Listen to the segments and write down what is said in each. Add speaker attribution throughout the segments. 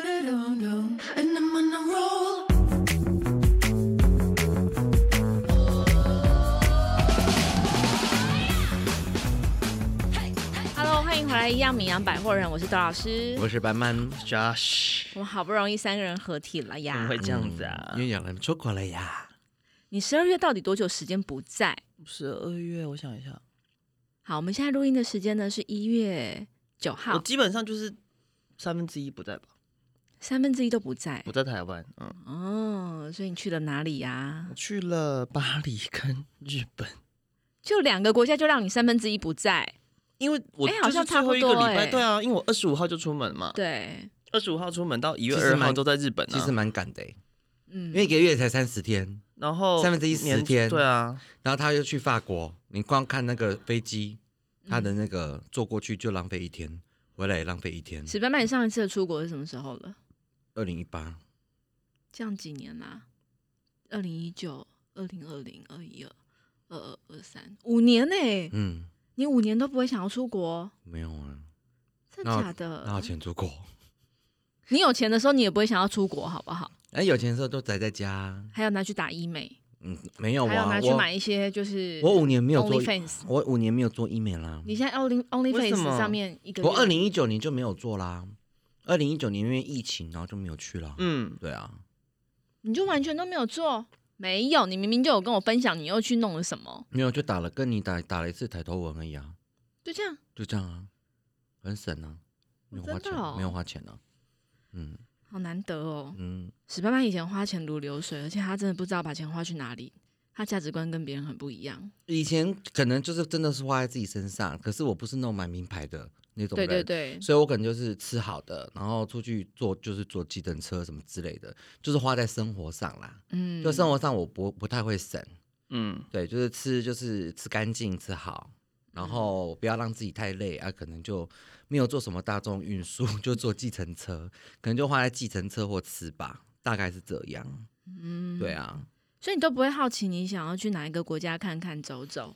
Speaker 1: And I'm on a roll.
Speaker 2: Hello，欢迎回来，一样名扬百货人，我是窦老师。
Speaker 3: 我是白曼 Josh，
Speaker 2: 我们好不容易三个人合体了呀！
Speaker 4: 会这样子啊
Speaker 3: 嗯因？为有人出国了呀。
Speaker 2: 你十二月到底多久时间不在？
Speaker 4: 十二月，我想一下，
Speaker 2: 好，我们现在录音的时间呢是一月九
Speaker 4: 我
Speaker 2: 号，
Speaker 4: 基本上就是三分之一不在吧，
Speaker 2: 三分之一都不在
Speaker 4: 不在台湾。嗯，
Speaker 2: 哦。所以你去了哪里呀、
Speaker 4: 我去了巴黎跟日本，
Speaker 2: 就两个国家就让你三分之一不在，
Speaker 4: 因为我
Speaker 2: 哎
Speaker 4: 就
Speaker 2: 好
Speaker 4: 是
Speaker 2: 像
Speaker 4: 最后一
Speaker 2: 差
Speaker 4: 个
Speaker 2: 不
Speaker 4: 礼
Speaker 2: 多哎
Speaker 4: 拜，对啊，因为我二十五号就出门
Speaker 3: 哦
Speaker 4: 嘛，
Speaker 2: 对，
Speaker 4: 二十五号出门到一月
Speaker 3: 其实
Speaker 4: 二号
Speaker 3: 蛮
Speaker 4: 都在日本
Speaker 3: 其实
Speaker 4: 啊。
Speaker 3: 蛮赶的欸，
Speaker 2: 嗯，
Speaker 3: 因为一个月才三十天，
Speaker 4: 然后
Speaker 3: 三分之一
Speaker 4: 年
Speaker 3: 十天
Speaker 4: 对啊，
Speaker 3: 然后他又去法国，你光看那个飞机，他的那个坐过去就浪费一天，回来也浪费一天。
Speaker 2: 史班曼，你上一次的出国是什么时候了？
Speaker 3: 二零一八，
Speaker 2: 这样几年啦、二零一九、二零二零、二一二、二二、二三，五年呢、
Speaker 3: 嗯，
Speaker 2: 你五年都不会想要出国，
Speaker 3: 没有啊，
Speaker 2: 真
Speaker 3: 那我
Speaker 2: 假的？
Speaker 3: 那有钱出国，
Speaker 2: 你有钱的时候，你也不会想要出国，好不好？
Speaker 3: 哎，有钱的时候都宅在家，
Speaker 2: 还要拿去打医美，
Speaker 3: 嗯，没有
Speaker 2: 还要拿
Speaker 3: 啊，
Speaker 2: 去买
Speaker 3: 我
Speaker 2: 一些就是
Speaker 3: 我五年没有做，
Speaker 2: OnlyFans。
Speaker 3: 我五年没有做医美啦，
Speaker 2: 你现在 Only
Speaker 4: 为什
Speaker 2: OnlyFans
Speaker 4: 么
Speaker 2: 上面一个月
Speaker 3: 我二零一九年就没有做啦，二零一九年因为疫情，然后就没有去了。嗯，
Speaker 4: 嗯，
Speaker 3: 对啊，
Speaker 2: 你就完全都没有做，没有，你明明就有跟我分享，你又去弄了什么？
Speaker 3: 没有就打了，跟你打打了一次抬头纹而已啊。
Speaker 2: 就这样，
Speaker 3: 就这样啊，很省啊，没有花
Speaker 2: 哦真
Speaker 3: 钱，
Speaker 2: 的哦
Speaker 3: 没有花钱啊。嗯
Speaker 2: 好难得哦。
Speaker 3: 嗯，
Speaker 2: 史班班以前花钱如流水，而且他真的不知道把钱花去哪里，他价值观跟别人很不一样。
Speaker 3: 以前可能就是真的是花在自己身上，可是我不是那种买名牌的那种
Speaker 2: 对对
Speaker 3: 人，
Speaker 2: 对，
Speaker 3: 所以我可能就是吃好的，然后出去坐就是坐计程车什么之类的，就是花在生活上啦。
Speaker 2: 嗯，
Speaker 3: 就生活上我不不太会省，
Speaker 4: 嗯，
Speaker 3: 对，就是吃就是吃干净吃好。然后不要让自己太累啊，可能就没有做什么大众运输，就坐计程车，可能就花在计程车或吃吧，大概是这样。
Speaker 2: 嗯
Speaker 3: 对，啊，
Speaker 2: 所以你都不会好奇你想要去哪一个国家看看走走，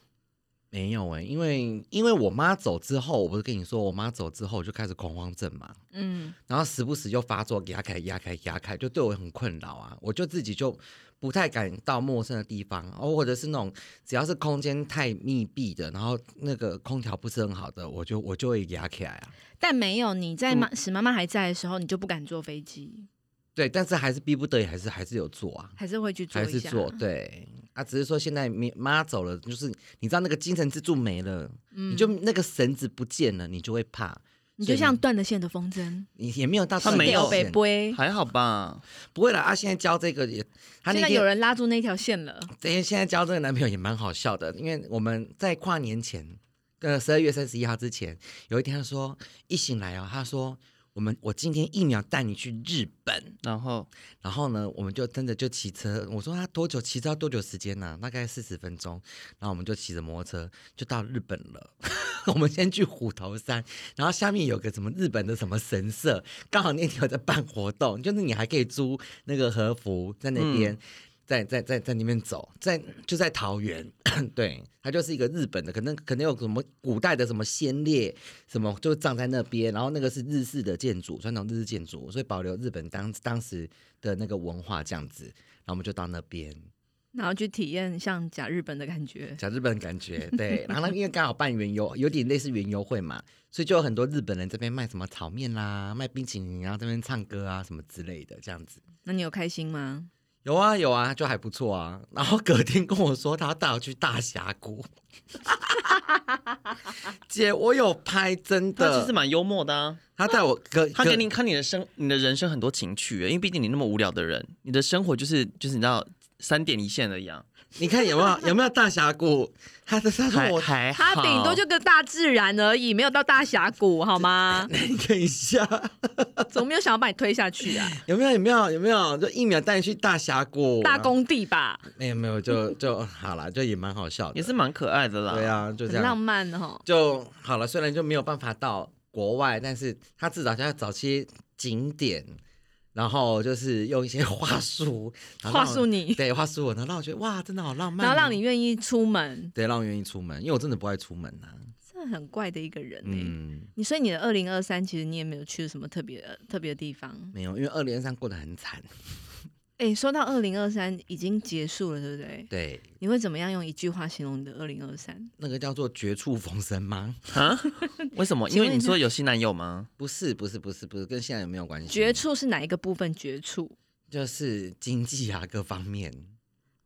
Speaker 3: 没有哎、因为因为我妈走之后，我不是跟你说，我妈走之后我就开始恐慌症嘛，
Speaker 2: 嗯，
Speaker 3: 然后时不时就发作，牙开牙开牙开，就对我很困扰啊。我就自己就不太敢到陌生的地方，哦，或者是那种只要是空间太密闭的，然后那个空调不是很好的，我就我就会牙起来啊。
Speaker 2: 但没有你在
Speaker 4: 嗯
Speaker 2: 妈史妈妈还在的时候，你就不敢坐飞机，
Speaker 3: 对，但是还是逼不得已，还是还是有做啊，
Speaker 2: 还是会去坐
Speaker 3: 还
Speaker 2: 一
Speaker 3: 是
Speaker 2: 下。
Speaker 3: 做。对啊，只是说现在你妈走了，就是你知道那个精神支柱没了，
Speaker 2: 嗯
Speaker 3: 你就那个绳子不见了，你就会怕。
Speaker 2: 你就像断了线的风筝，
Speaker 3: 你也没有到
Speaker 4: 他
Speaker 3: 断
Speaker 4: 没
Speaker 3: 掉
Speaker 4: 有
Speaker 2: 被
Speaker 3: 线
Speaker 2: 背。
Speaker 4: 还好吧。
Speaker 3: 不会啦。啊，现在交这个也，他
Speaker 2: 现
Speaker 3: 那
Speaker 2: 在
Speaker 3: 天
Speaker 2: 有人拉住那条线了，
Speaker 3: 等于现在交这个男朋友也蛮好笑的，因为我们在跨年前，呃，十二月三十一号之前，有一天他说一醒来哦，他说我们我今天一秒带你去日本，
Speaker 4: 然后
Speaker 3: 然后呢，我们就真的就骑车，我说他多久骑车要多久时间呢、大概四十分钟，然后我们就骑着摩托车就到日本了。 我们先去虎头山，然后下面有个什么日本的什么神社，刚好那天有在办活动，就是你还可以租那个和服在那边，在在在在那边走，在就在桃园， 对，它就是一个日本的，可能可能有什么古代的什么先烈什么，就葬在那边，然后那个是日式的建筑，传统日式建筑，所以保留日本当当时的那个文化这样子，然后我们就到那边。
Speaker 2: 然后去体验像假日本的感觉。
Speaker 3: 讲日本感觉，对。然后呢，因为刚好办园游，有点类似园游会嘛，所以就有很多日本人这边卖什么炒面啦，卖冰淇淋，然后这边唱歌啊什么之类的，这样子。
Speaker 2: 那你有开心吗？
Speaker 3: 有啊有啊，就还不错啊。然后隔天跟我说，他带我去大峡谷。姐，我有拍，真
Speaker 4: 他其实
Speaker 3: 的。
Speaker 4: 蛮幽默的啊，
Speaker 3: 他带我隔，
Speaker 4: 他
Speaker 3: 隔
Speaker 4: 给你看你的生，你的人生很多情趣欸耶，因为毕竟你那么无聊的人，你的生活就是就是你知道三点一线啊的一样，
Speaker 3: 你看有没有有没有大峡谷？他的他说
Speaker 4: 还
Speaker 3: 我？
Speaker 4: 还
Speaker 2: 它
Speaker 4: 好
Speaker 2: 顶多就个大自然而已，没有到大峡谷好吗
Speaker 3: 你看一下，
Speaker 2: 总没有想要把你推下去 啊，
Speaker 3: 有没有有没有有没有？就一秒带你去大峡谷，
Speaker 2: 大工地吧，
Speaker 3: 没有没有，就 就好了，就也蛮好笑的，
Speaker 4: 也是蛮可爱的啦。
Speaker 3: 对啊，就
Speaker 2: 很
Speaker 3: 这
Speaker 2: 浪
Speaker 3: 样
Speaker 2: 漫哦。
Speaker 3: 就好了。虽然就没有办法到国外，但是他至少要找些景点，然后就是用一些话术，然后让
Speaker 2: 话术你
Speaker 3: 对话术我，然后让我觉得哇，真的好浪漫哦，
Speaker 2: 然后让你愿意出门，
Speaker 3: 对让我愿意出门，因为我真的不爱出门啊。
Speaker 2: 这的很怪的一个人哎、
Speaker 3: 嗯，
Speaker 2: 你所以你的二零二三，其实你也没有去什么特别的特别的地方。
Speaker 3: 没有，因为二零二三过得很惨。
Speaker 2: 哎、说到二零二三已经结束了，对不对？
Speaker 3: 对，
Speaker 2: 你会怎么样用一句话形容你的二零二三？
Speaker 3: 那个叫做绝处逢生吗？
Speaker 4: 啊？为什么？因
Speaker 2: 请问
Speaker 4: 为你说有新男友吗？
Speaker 3: 不是，不是，不是，不是，跟现在有没有关系？
Speaker 2: 绝处是哪一个部分？绝处？
Speaker 3: 就是经济啊，各方面。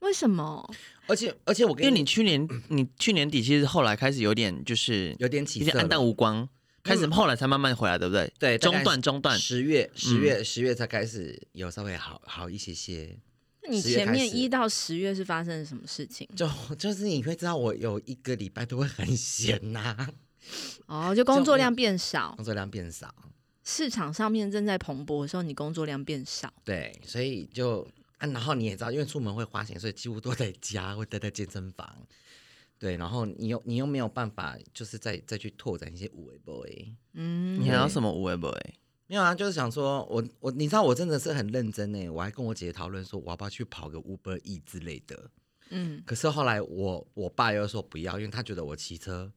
Speaker 2: 为什么？
Speaker 3: 而且，而且我
Speaker 4: 因
Speaker 3: 跟
Speaker 4: 为你去年你去年底其实后来开始有点就是
Speaker 3: 有点起
Speaker 4: 有
Speaker 3: 色
Speaker 4: 点
Speaker 3: 了，嗯
Speaker 4: 暗淡无光，开始后来才慢慢回来，对不对？
Speaker 3: 对，大概
Speaker 4: 中断中嗯断。
Speaker 3: 十月，十月，十月才开始有稍微好好一些些。
Speaker 2: 那你
Speaker 3: 10月
Speaker 2: 前
Speaker 3: 开
Speaker 2: 面
Speaker 3: 始
Speaker 2: 一到十月是发生了什么事情？
Speaker 3: 就就是你会知道，我有一个礼拜都会很闲呐、
Speaker 2: 哦，就工作量变少
Speaker 3: 工，作量变少，
Speaker 2: 市场上面正在蓬勃的时候，你工作量变少。
Speaker 3: 对，所以就啊，然后你也知道，因为出门会花钱，所以几乎都在家或待在健身房。对，然后你又你又没有办法，就是再再去拓展一些欸五维 boy。
Speaker 2: 嗯，
Speaker 4: 你还要什么无微不微？
Speaker 3: 没有啊，就是想说我我你知道我真的是很认真呢，我还跟我姐姐讨论说我要不要去跑个 Uber E 之类的。
Speaker 2: 嗯，
Speaker 3: 可是后来我我爸又说不要，因为他觉得我骑车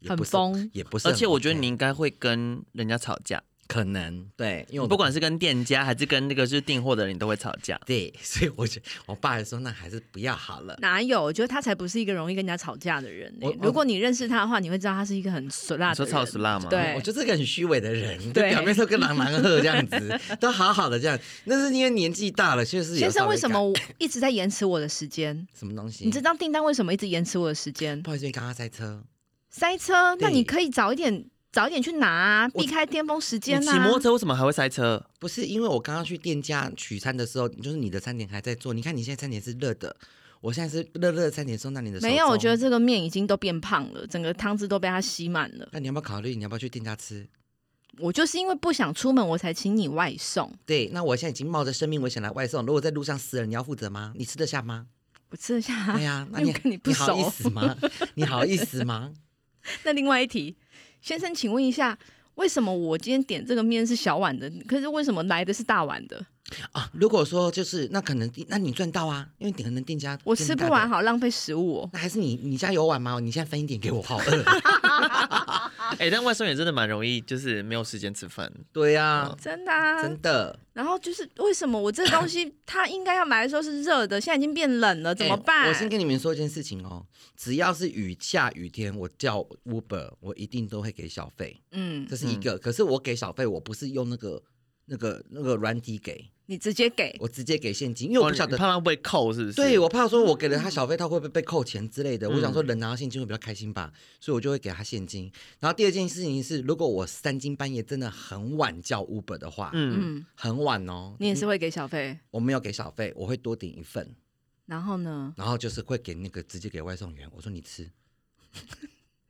Speaker 3: 也
Speaker 2: 很
Speaker 3: 不是
Speaker 2: 疯
Speaker 3: 也不是啊
Speaker 4: 而
Speaker 3: 很 OK。
Speaker 4: 且我觉得你应该会跟人家吵架，
Speaker 3: 可能对，因为我
Speaker 4: 不管
Speaker 3: 是
Speaker 4: 是跟店家还是跟那个就是订货的人，你都会吵架。
Speaker 3: 对，所以我觉我爸还说那还是不要好了。
Speaker 2: 哪有？我觉得他才不是一个容易跟人家吵架的人、欸
Speaker 3: 我。
Speaker 2: 如果你认识他的话，你会知道他是一个很俗辣
Speaker 4: 你
Speaker 2: 的
Speaker 4: 说
Speaker 2: 人。
Speaker 4: 操死辣吗？
Speaker 2: 对
Speaker 3: 我就是个很虚伪的人，
Speaker 2: 对
Speaker 3: 对，表面都跟狼狼赫这样子， 都好好的这样。那是因为年纪大了，确实有
Speaker 2: 先
Speaker 3: 稍
Speaker 2: 生，
Speaker 3: 微
Speaker 2: 为什
Speaker 3: 感
Speaker 2: 么我一直在延迟我的时间？
Speaker 3: 什么东西？
Speaker 2: 你知道订单为什么一直延迟我的时间
Speaker 3: 不？好意思，因为刚刚塞车，
Speaker 2: 塞车？那
Speaker 3: 对
Speaker 2: 你可以早一点，早一点去拿、啊，避开巅峰时
Speaker 4: 你
Speaker 2: 间
Speaker 4: 骑
Speaker 2: 啊。
Speaker 4: 摩托车为什么还会塞车？
Speaker 3: 不是因为我刚刚去店家取餐的时候，就是你的餐点还在做。你看你现在餐点是热的，我现在是热热的餐点送到你的手中。
Speaker 2: 没有，我觉得这个面已经都变胖了，整个汤汁都被它吸满了。
Speaker 3: 那你要不要考虑你要不要去店家吃？
Speaker 2: 我就是因为不想出门，我才请你外送。
Speaker 3: 对，那我现在已经冒着生命危险来外送，如果在路上死了，你要负责吗？你吃得下吗？
Speaker 2: 我吃得下、
Speaker 3: 对呀、那
Speaker 2: 因为
Speaker 3: 你
Speaker 2: 啊跟你不
Speaker 3: 你好意
Speaker 2: 熟
Speaker 3: 思吗？你好意思吗？
Speaker 2: 那另外一题，先生，请问一下，为什么我今天点这个面是小碗的，可是为什么来的是大碗的？
Speaker 3: 啊，如果说就是那可能，那你赚到啊，因为可能店家
Speaker 2: 我
Speaker 3: 店
Speaker 2: 吃
Speaker 3: 大
Speaker 2: 不
Speaker 3: 的
Speaker 2: 完，。好浪费食物哦。
Speaker 3: 那还是你你家有碗吗？你现在分一点给我，好饿。
Speaker 4: 哎、但外送也真的蛮容易，就是没有时间吃饭。
Speaker 3: 对 呀、
Speaker 2: 真的、啊，
Speaker 3: 真的。
Speaker 2: 然后就是为什么我这个东西它应该要来的时候是热的，现在已经变冷了，怎么
Speaker 3: 哎
Speaker 2: 办？
Speaker 3: 我先跟你们说一件事情哦，只要是雨下雨天，我叫 Uber，我一定都会给小费，
Speaker 2: 嗯
Speaker 3: 这，是一个。可是我给小费，我不是用那个那个那个软体给，
Speaker 2: 你直接给，
Speaker 3: 我直接给现金，因为我不晓
Speaker 4: 哦你
Speaker 3: 得。
Speaker 4: 怕他会被扣，是不是？
Speaker 3: 对，我怕说我给了
Speaker 2: 嗯
Speaker 3: 他小费，他会不会被扣钱之类的。我想
Speaker 4: 嗯
Speaker 3: 说，人拿到现金会比较开心吧，所以我就会给他现金。然后第二件事情是，如果我三更半夜真的很晚叫 Uber 的话，
Speaker 4: 嗯，
Speaker 2: 嗯，
Speaker 3: 很晚哦，
Speaker 2: 你也是会给小费，
Speaker 3: 我没有给小费，我会多点一份，
Speaker 2: 然后呢？
Speaker 3: 然后就是会给那个直接给外送员，我说你吃，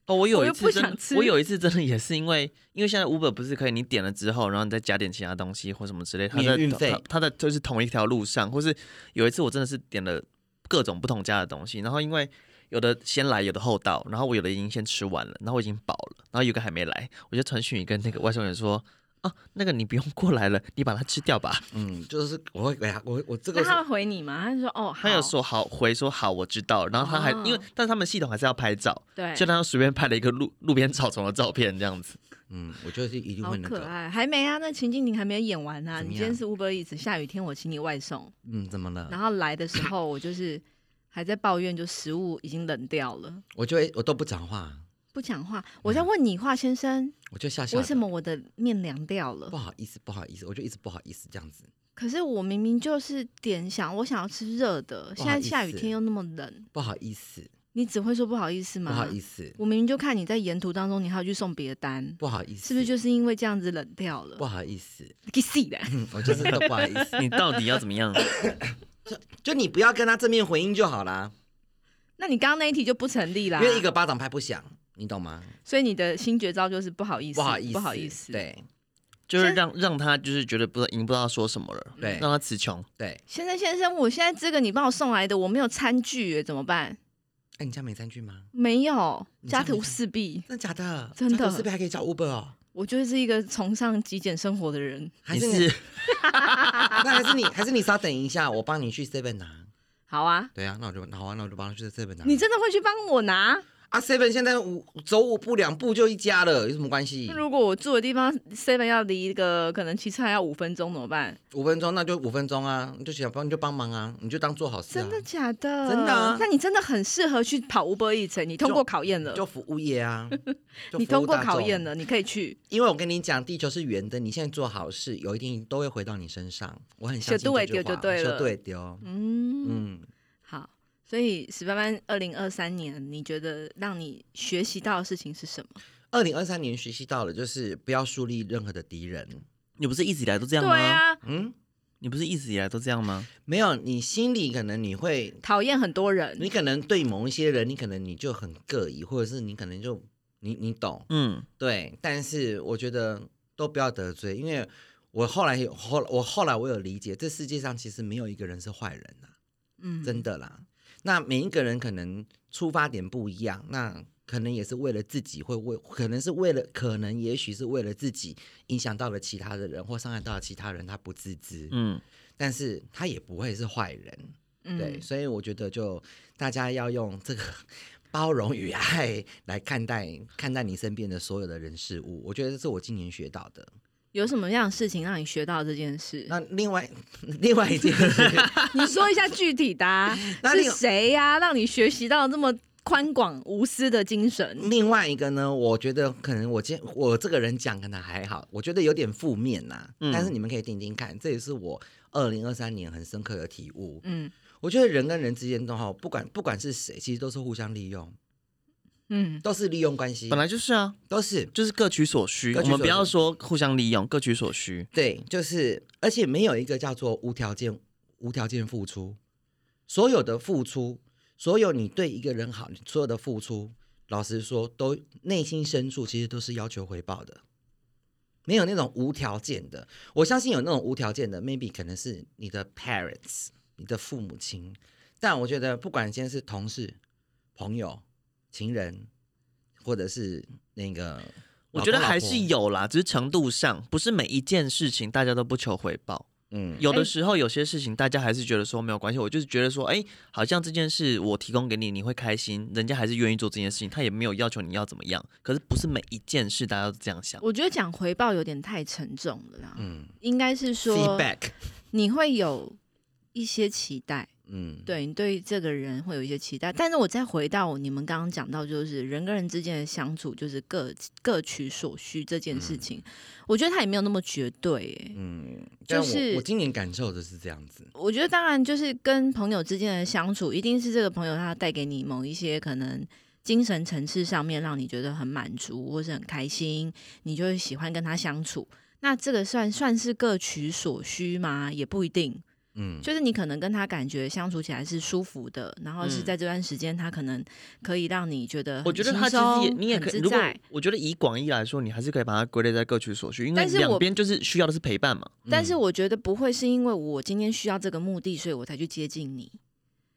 Speaker 4: 哦，我有
Speaker 2: 我
Speaker 4: 一
Speaker 2: 又
Speaker 4: 次
Speaker 2: 不
Speaker 4: 真
Speaker 2: 想
Speaker 4: 的，
Speaker 2: 吃
Speaker 4: 我有一次真的也是因为，因为现在 Uber 不是可以你点了之后，然后你再加点其他东西或什么之类，它
Speaker 3: 免
Speaker 4: 在
Speaker 3: 运
Speaker 4: 它
Speaker 3: 费
Speaker 4: 它在就是同一条路上，或是有一次我真的是点了各种不同家的东西，然后因为有的先来，有的后到，然后我有的已经先吃完了，然后我已经饱了，然后有一个还没来，我就传讯息跟那个外送员说。啊，那个你不用过来了，你把它吃掉吧。
Speaker 3: 嗯，就是我会给他，我我这
Speaker 2: 那
Speaker 3: 个
Speaker 2: 他会回你吗？他就说哦，
Speaker 4: 他
Speaker 2: 好
Speaker 4: 有说好，回说好，我知道。然后他还、
Speaker 2: 哦
Speaker 4: 因为，但是他们系统还是要拍照，
Speaker 2: 对，
Speaker 4: 就他随便拍了一个路路边草丛的照片这样子。
Speaker 3: 嗯，我就是一定
Speaker 2: 好
Speaker 3: 会那
Speaker 2: 可
Speaker 3: 个，
Speaker 2: 爱，还没啊？那情境你还没有演完啊！
Speaker 3: 怎么样
Speaker 2: 你今天是 Uber Eats，下雨天我请你外送，
Speaker 3: 嗯，怎么
Speaker 2: 然
Speaker 3: 了？
Speaker 2: 后来的时候我就是还在抱怨，就食物已经冷掉了，
Speaker 3: 我就会我都不讲话，
Speaker 2: 不讲话。我
Speaker 3: 嗯
Speaker 2: 在问你话，先生，
Speaker 3: 我就笑笑
Speaker 2: 为
Speaker 3: 的，
Speaker 2: 什么我的面凉掉
Speaker 3: 不
Speaker 2: 了？
Speaker 3: 好意思，不好意思，我就一直不好意思这样子，
Speaker 2: 可是我明明就是点想我想要吃热的，
Speaker 3: 不
Speaker 2: 现
Speaker 3: 好
Speaker 2: 在
Speaker 3: 意思
Speaker 2: 下雨天又那么冷，
Speaker 3: 不好意思，
Speaker 2: 你只会说不好意思
Speaker 3: 不
Speaker 2: 吗？
Speaker 3: 好意
Speaker 2: 思，
Speaker 3: 思，
Speaker 2: 我明明就看你在沿途当中，你还要去送别的单，
Speaker 3: 不好意思，
Speaker 2: 是不是就是因为这样子冷掉
Speaker 3: 不
Speaker 2: 了？
Speaker 3: 好意思？
Speaker 2: 给死的！
Speaker 3: 嗯，我就是都不好意思，
Speaker 4: 你到底要怎么 样？
Speaker 3: 就你不要跟他正面回应就好啦，
Speaker 2: 那你刚刚那一题就不成立啦，
Speaker 3: 因为一个巴掌拍不响，你懂吗？
Speaker 2: 所以你的新绝招就是不好意思，
Speaker 3: 不好意思，
Speaker 2: 不好意思。，
Speaker 3: 对
Speaker 4: 就是让让他就是觉得不知道已经不知道说什么
Speaker 2: 嗯
Speaker 4: 了，
Speaker 3: 对
Speaker 4: 让他词穷。
Speaker 3: 对，
Speaker 2: 先生先生，我现在这个你帮我送来的，我没有餐具耶，怎么办？
Speaker 3: 哎，你家没餐具吗？
Speaker 2: 没有，
Speaker 3: 你这
Speaker 2: 家
Speaker 3: 样
Speaker 2: 徒四壁。
Speaker 3: 真的假的？
Speaker 2: 真的
Speaker 3: 家徒四壁还可以叫 Uber 哦？
Speaker 2: 我就是一个崇尚极简生活的人。
Speaker 3: 还
Speaker 4: 你
Speaker 3: 是你
Speaker 4: 是
Speaker 3: 那还是你还是你稍等一下，我帮你去 Seven 拿。
Speaker 2: 好啊，
Speaker 3: 对啊，那我就好啊，那我就帮他去 Seven 拿。
Speaker 2: 你真的会去帮我拿？
Speaker 3: 啊，seven 现在五走五步两步就一家了，有什么关系
Speaker 2: 那？如果我住的地方 seven 要离一个可能骑车还要五分钟怎么办？
Speaker 3: 五分钟那就五分钟啊，你就想帮你就帮忙啊，你就当做好事啊
Speaker 2: 真，的假的？
Speaker 3: 真的啊
Speaker 2: 那你真的很适合去跑 Uber Eats，你欸通过考验了，
Speaker 3: 就服务业啊，就
Speaker 2: 你
Speaker 3: 服务
Speaker 2: 通过
Speaker 3: 大
Speaker 2: 考
Speaker 3: 众
Speaker 2: 验了，你可以去。
Speaker 3: 因为我跟你讲，地球是圆的，你现在做好事，有一天都会回到你身上。我很相信
Speaker 2: 小对
Speaker 3: 这句
Speaker 2: 丢
Speaker 3: 话，
Speaker 2: 就对了
Speaker 3: 小对丢，
Speaker 2: 嗯，
Speaker 3: 嗯，
Speaker 2: 好。所以史班班，二零二三年你觉得让你学习到的事情是什么？
Speaker 3: 二零二三年学习到了，就是不要树立任何的敌人。
Speaker 4: 你不是一直以来都这样吗？
Speaker 2: 对啊，
Speaker 3: 嗯，
Speaker 4: 你不是一直以来都这样吗？
Speaker 3: 没有，你心里可能你会，
Speaker 2: 讨厌很多人，
Speaker 3: 你可能对某一些人，你可能你就很膈应，或者是你可能就你你懂，
Speaker 4: 嗯，
Speaker 3: 对。但是我觉得都不要得罪，因为我后来有后我后来我有理解，这世界上其实没有一个人是坏人啊。
Speaker 2: 嗯，
Speaker 3: 真的啦。那每一个人可能出发点不一样，那可能也是为了自己，会为可能是为了，可能也许是为了自己影响到了其他的人，或伤害到了其他人，他不自知，
Speaker 4: 嗯，
Speaker 3: 但是他也不会是坏人，
Speaker 2: 嗯
Speaker 3: 对，所以我觉得就大家要用这个 包容与爱来看待看待你身边的所有的人事物，我觉得这是我今年学到的。
Speaker 2: 有什么样的事情让你学到这件事？
Speaker 3: 那另外 另外一件事，，
Speaker 2: 你说一下具体的、啊
Speaker 3: 那
Speaker 2: 是
Speaker 3: 另
Speaker 2: 谁呀、让你学习到这么宽广无私的精神？
Speaker 3: 另外一个呢，我觉得可能我今我这个人讲可能还好，我觉得有点负面呐、
Speaker 4: 嗯
Speaker 3: 但是你们可以听听看，这也是我二零二三年很深刻的体悟。
Speaker 2: 嗯
Speaker 3: 我觉得人跟人之间都好，不管不管是谁，其实都是互相利用，
Speaker 2: 嗯，
Speaker 3: 都是利用关系，
Speaker 4: 本来就是啊，
Speaker 3: 都是
Speaker 4: 就是各取所需。
Speaker 3: 各取所
Speaker 4: 我
Speaker 3: 需
Speaker 4: 们不要说互相利用，各取所需。
Speaker 3: 对，就是而且没有一个叫做无条件无条件付出，所有的付出，所有你对一个人好，你所有的付出，老实说，都内心深处其实都是要求回报的，没有那种无条件的。我相信有那种无条件的，maybe 可能是你的 parents，你的父母亲，但我觉得不管今天是同事、朋友、情人，或者是那个老公。
Speaker 4: 我觉得还
Speaker 3: 老
Speaker 4: 是
Speaker 3: 婆，
Speaker 4: 有啦，只是程度上，不是每一件事情大家都不求回报。
Speaker 3: 嗯，
Speaker 4: 有的时候有些事情大家还是觉得说没有关系，我就是觉得说，哎、好像这件事我提供给你，你会开心，人家还是愿意做这件事情，他也没有要求你要怎么样。可是不是每一件事大家都这样想。
Speaker 2: 我觉得讲回报有点太沉重了啦，
Speaker 3: 嗯
Speaker 2: 应该是说
Speaker 3: ，feedback，
Speaker 2: 你会有一些期待，
Speaker 3: 嗯，对。
Speaker 2: 对你对于这个人会有一些期待。但是我再回到你们刚刚讲到，就是人跟人之间的相处，就是各各取所需这件事情，我觉得他也没有那么绝对、耶。
Speaker 3: 嗯，
Speaker 2: 就
Speaker 3: 但我
Speaker 2: 是
Speaker 3: 我今年感受的是这样子，
Speaker 2: 我觉得当然就是跟朋友之间的相处，一定是这个朋友他带给你某一些可能精神层次上面让你觉得很满足或是很开心，你就会喜欢跟他相处。那这个算算是各取所需吗？也不一定。
Speaker 3: 嗯，
Speaker 2: 就是你可能跟他感觉相处起来是舒服的，然后是
Speaker 4: 嗯
Speaker 2: 在这段时间他可能可以让你觉得很
Speaker 4: 我觉得
Speaker 2: 轻
Speaker 4: 他其实也
Speaker 2: 松
Speaker 4: 你也
Speaker 2: 很
Speaker 4: 可以，
Speaker 2: 自
Speaker 4: 如果
Speaker 2: 在。
Speaker 4: 我觉得以广义来说，你还是可以把它归类在各取所需，因为
Speaker 2: 但是我
Speaker 4: 两边就是需要的是陪伴嘛。
Speaker 2: 但
Speaker 3: 嗯
Speaker 2: 是我觉得不会是因为我今天需要这个目的，所以我才去接近你。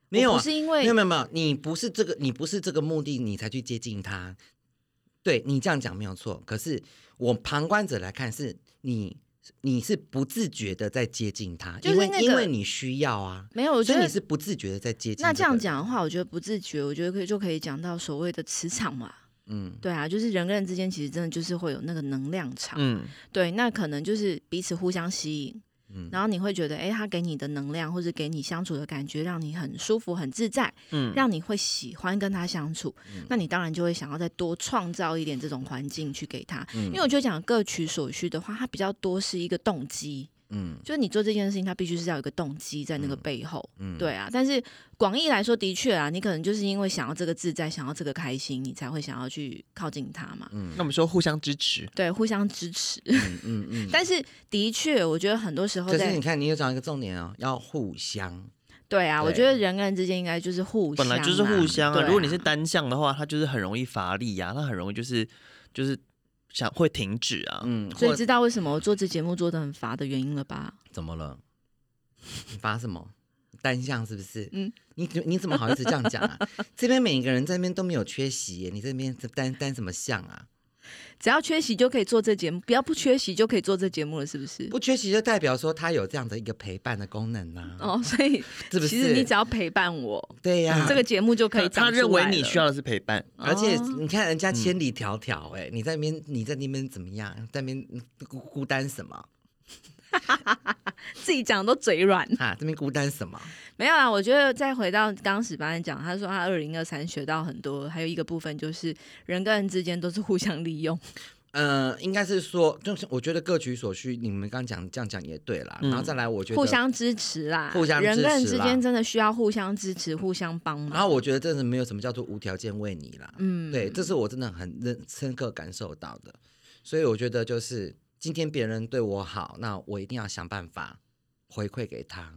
Speaker 3: 没有
Speaker 2: 我
Speaker 3: 啊
Speaker 2: 不，是因
Speaker 3: 没
Speaker 2: 为
Speaker 3: 有没有没有，你不是这个，你不是这个目的，你才去接近他。对你这样讲没有错，可是我旁观者来看是，你你是不自觉的在接近他，
Speaker 2: 就是
Speaker 3: 因
Speaker 2: 那个
Speaker 3: 为因为你需要啊，
Speaker 2: 没有，我觉
Speaker 3: 所以
Speaker 2: 得
Speaker 3: 你是不自觉的在接近。
Speaker 2: 那这样，讲的话，我觉得不自觉，我觉得可以就可以讲到所谓的磁场嘛。
Speaker 3: 嗯
Speaker 2: 对啊，就是人跟人之间其实真的就是会有那个能量场，
Speaker 4: 嗯，
Speaker 2: 对，那可能就是彼此互相吸引，
Speaker 3: 嗯，
Speaker 2: 然后你会觉得，哎，他给你的能量或者给你相处的感觉，让你很舒服、很自在，
Speaker 4: 嗯
Speaker 2: 让你会喜欢跟他相处，
Speaker 3: 嗯
Speaker 2: 那你当然就会想要再多创造一点这种环境去给他，
Speaker 3: 嗯
Speaker 2: 因为我觉得讲各取所需的话，它比较多是一个动机，
Speaker 3: 嗯
Speaker 2: 就是你做这件事情，它必须是要有一个动机在那个背后，
Speaker 3: 嗯，
Speaker 2: 对啊，但是广义来说，的确啊，你可能就是因为想要这个自在，想要这个开心，你才会想要去靠近他嘛。
Speaker 4: 那我们说互相支持，
Speaker 2: 对，互相支持。
Speaker 3: 嗯嗯嗯。
Speaker 2: 但是的确，我觉得很多时候
Speaker 3: 可是
Speaker 2: 在
Speaker 3: 你看，你有讲一个重点哦，要互相。
Speaker 2: 对啊，
Speaker 3: 对
Speaker 2: 我觉得人跟人之间应该就是互相
Speaker 4: 本
Speaker 2: 嘛，
Speaker 4: 来就是互相啊。
Speaker 2: 对
Speaker 4: 如果你是单向的话，它就是很容易乏力呀、啊，它很容易就是就是想会停止啊。
Speaker 3: 嗯，
Speaker 2: 所以
Speaker 3: 或
Speaker 2: 知道为什么我做这节目做的很乏的原因了吧？
Speaker 3: 怎么了？你发什么？单向是不是？
Speaker 2: 嗯
Speaker 3: 嗯，你怎你怎么 好意思这样讲啊？这边每一个人在那边都没有缺席耶，你这边单单什么相啊？
Speaker 2: 只要缺席就可以做这节目，不要不缺席就可以做这节目了，是不是？
Speaker 3: 不缺席就代表说他有这样的一个陪伴的功能呐、
Speaker 2: 哦，所 以
Speaker 3: 是不是
Speaker 2: 其实你只要陪伴我，
Speaker 3: 对呀、
Speaker 2: 这个节目就可以
Speaker 4: 他他
Speaker 2: 长出来
Speaker 4: 认为你
Speaker 2: 了
Speaker 4: 需要的是陪伴，
Speaker 2: 哦
Speaker 3: 而且你看人家千里迢迢、哎、你在那边你在那边怎么样？在那边孤孤单 什么
Speaker 2: 自己讲都嘴软。
Speaker 3: 啊？这边孤单什么？
Speaker 2: 没有啦，我觉得再回到刚刚史班讲，他说他二零二三学到很多，还有一个部分就是人跟人之间都是互相利用。
Speaker 3: 呃，应该是说，就是我觉得各取所需。你们刚讲这样讲也对啦，
Speaker 4: 嗯
Speaker 3: 然后再来，我觉得
Speaker 2: 互。相支持啦，
Speaker 3: 互相支持啦
Speaker 2: 人跟人之间真的需要互相支持、互相帮忙。
Speaker 3: 然后我觉得真的没有什么叫做无条件为你啦，
Speaker 2: 嗯
Speaker 3: 对，这是我真的很认深刻感受到的。所以我觉得就是今天别人对我好，那我一定要想办法回馈给他。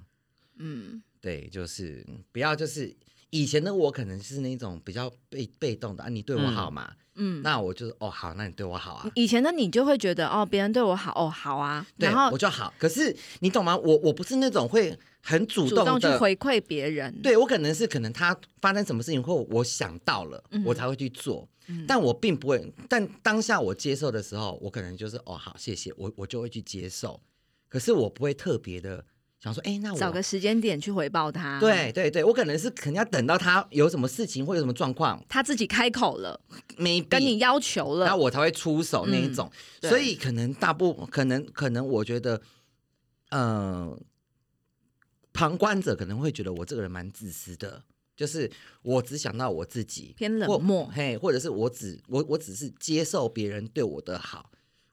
Speaker 2: 嗯，
Speaker 3: 对，就是不要就是以前的我可能是那种比较被被动的啊，你对我好嘛，
Speaker 2: 嗯，
Speaker 3: 那我就是哦好，那你对我好啊。
Speaker 2: 以前的你就会觉得哦，别人对我好，哦好啊，
Speaker 3: 对
Speaker 2: 然，后
Speaker 3: 我就好。可是你懂吗？我我不是那种会很主
Speaker 2: 主
Speaker 3: 动的
Speaker 2: 动去回馈别人。，
Speaker 3: 对我可能是可能他发生什么事情后，我想到了，
Speaker 2: 嗯
Speaker 3: 我才会去做。但我并不会，但当下我接受的时候，我可能就是哦，好，谢谢，我我就会去接受。可是我不会特别的想说，哎，那我
Speaker 2: 找个时间点去回报他。
Speaker 3: 对，对对，我可能是可能要等到他有什么事情或有什么状况
Speaker 2: 他自己开口了，
Speaker 3: 没
Speaker 2: 跟你要求
Speaker 3: 然
Speaker 2: 了。
Speaker 3: 后
Speaker 2: 嗯
Speaker 3: 我才会出手那一种。
Speaker 2: 对
Speaker 3: 所以可能大部可能可能我觉得，呃，旁观者可能会觉得我这个人蛮自私的，就是我只想到我自己，
Speaker 2: 偏冷
Speaker 3: 或
Speaker 2: 漠
Speaker 3: 嘿，或者是我只我我只是接受别人对我的好。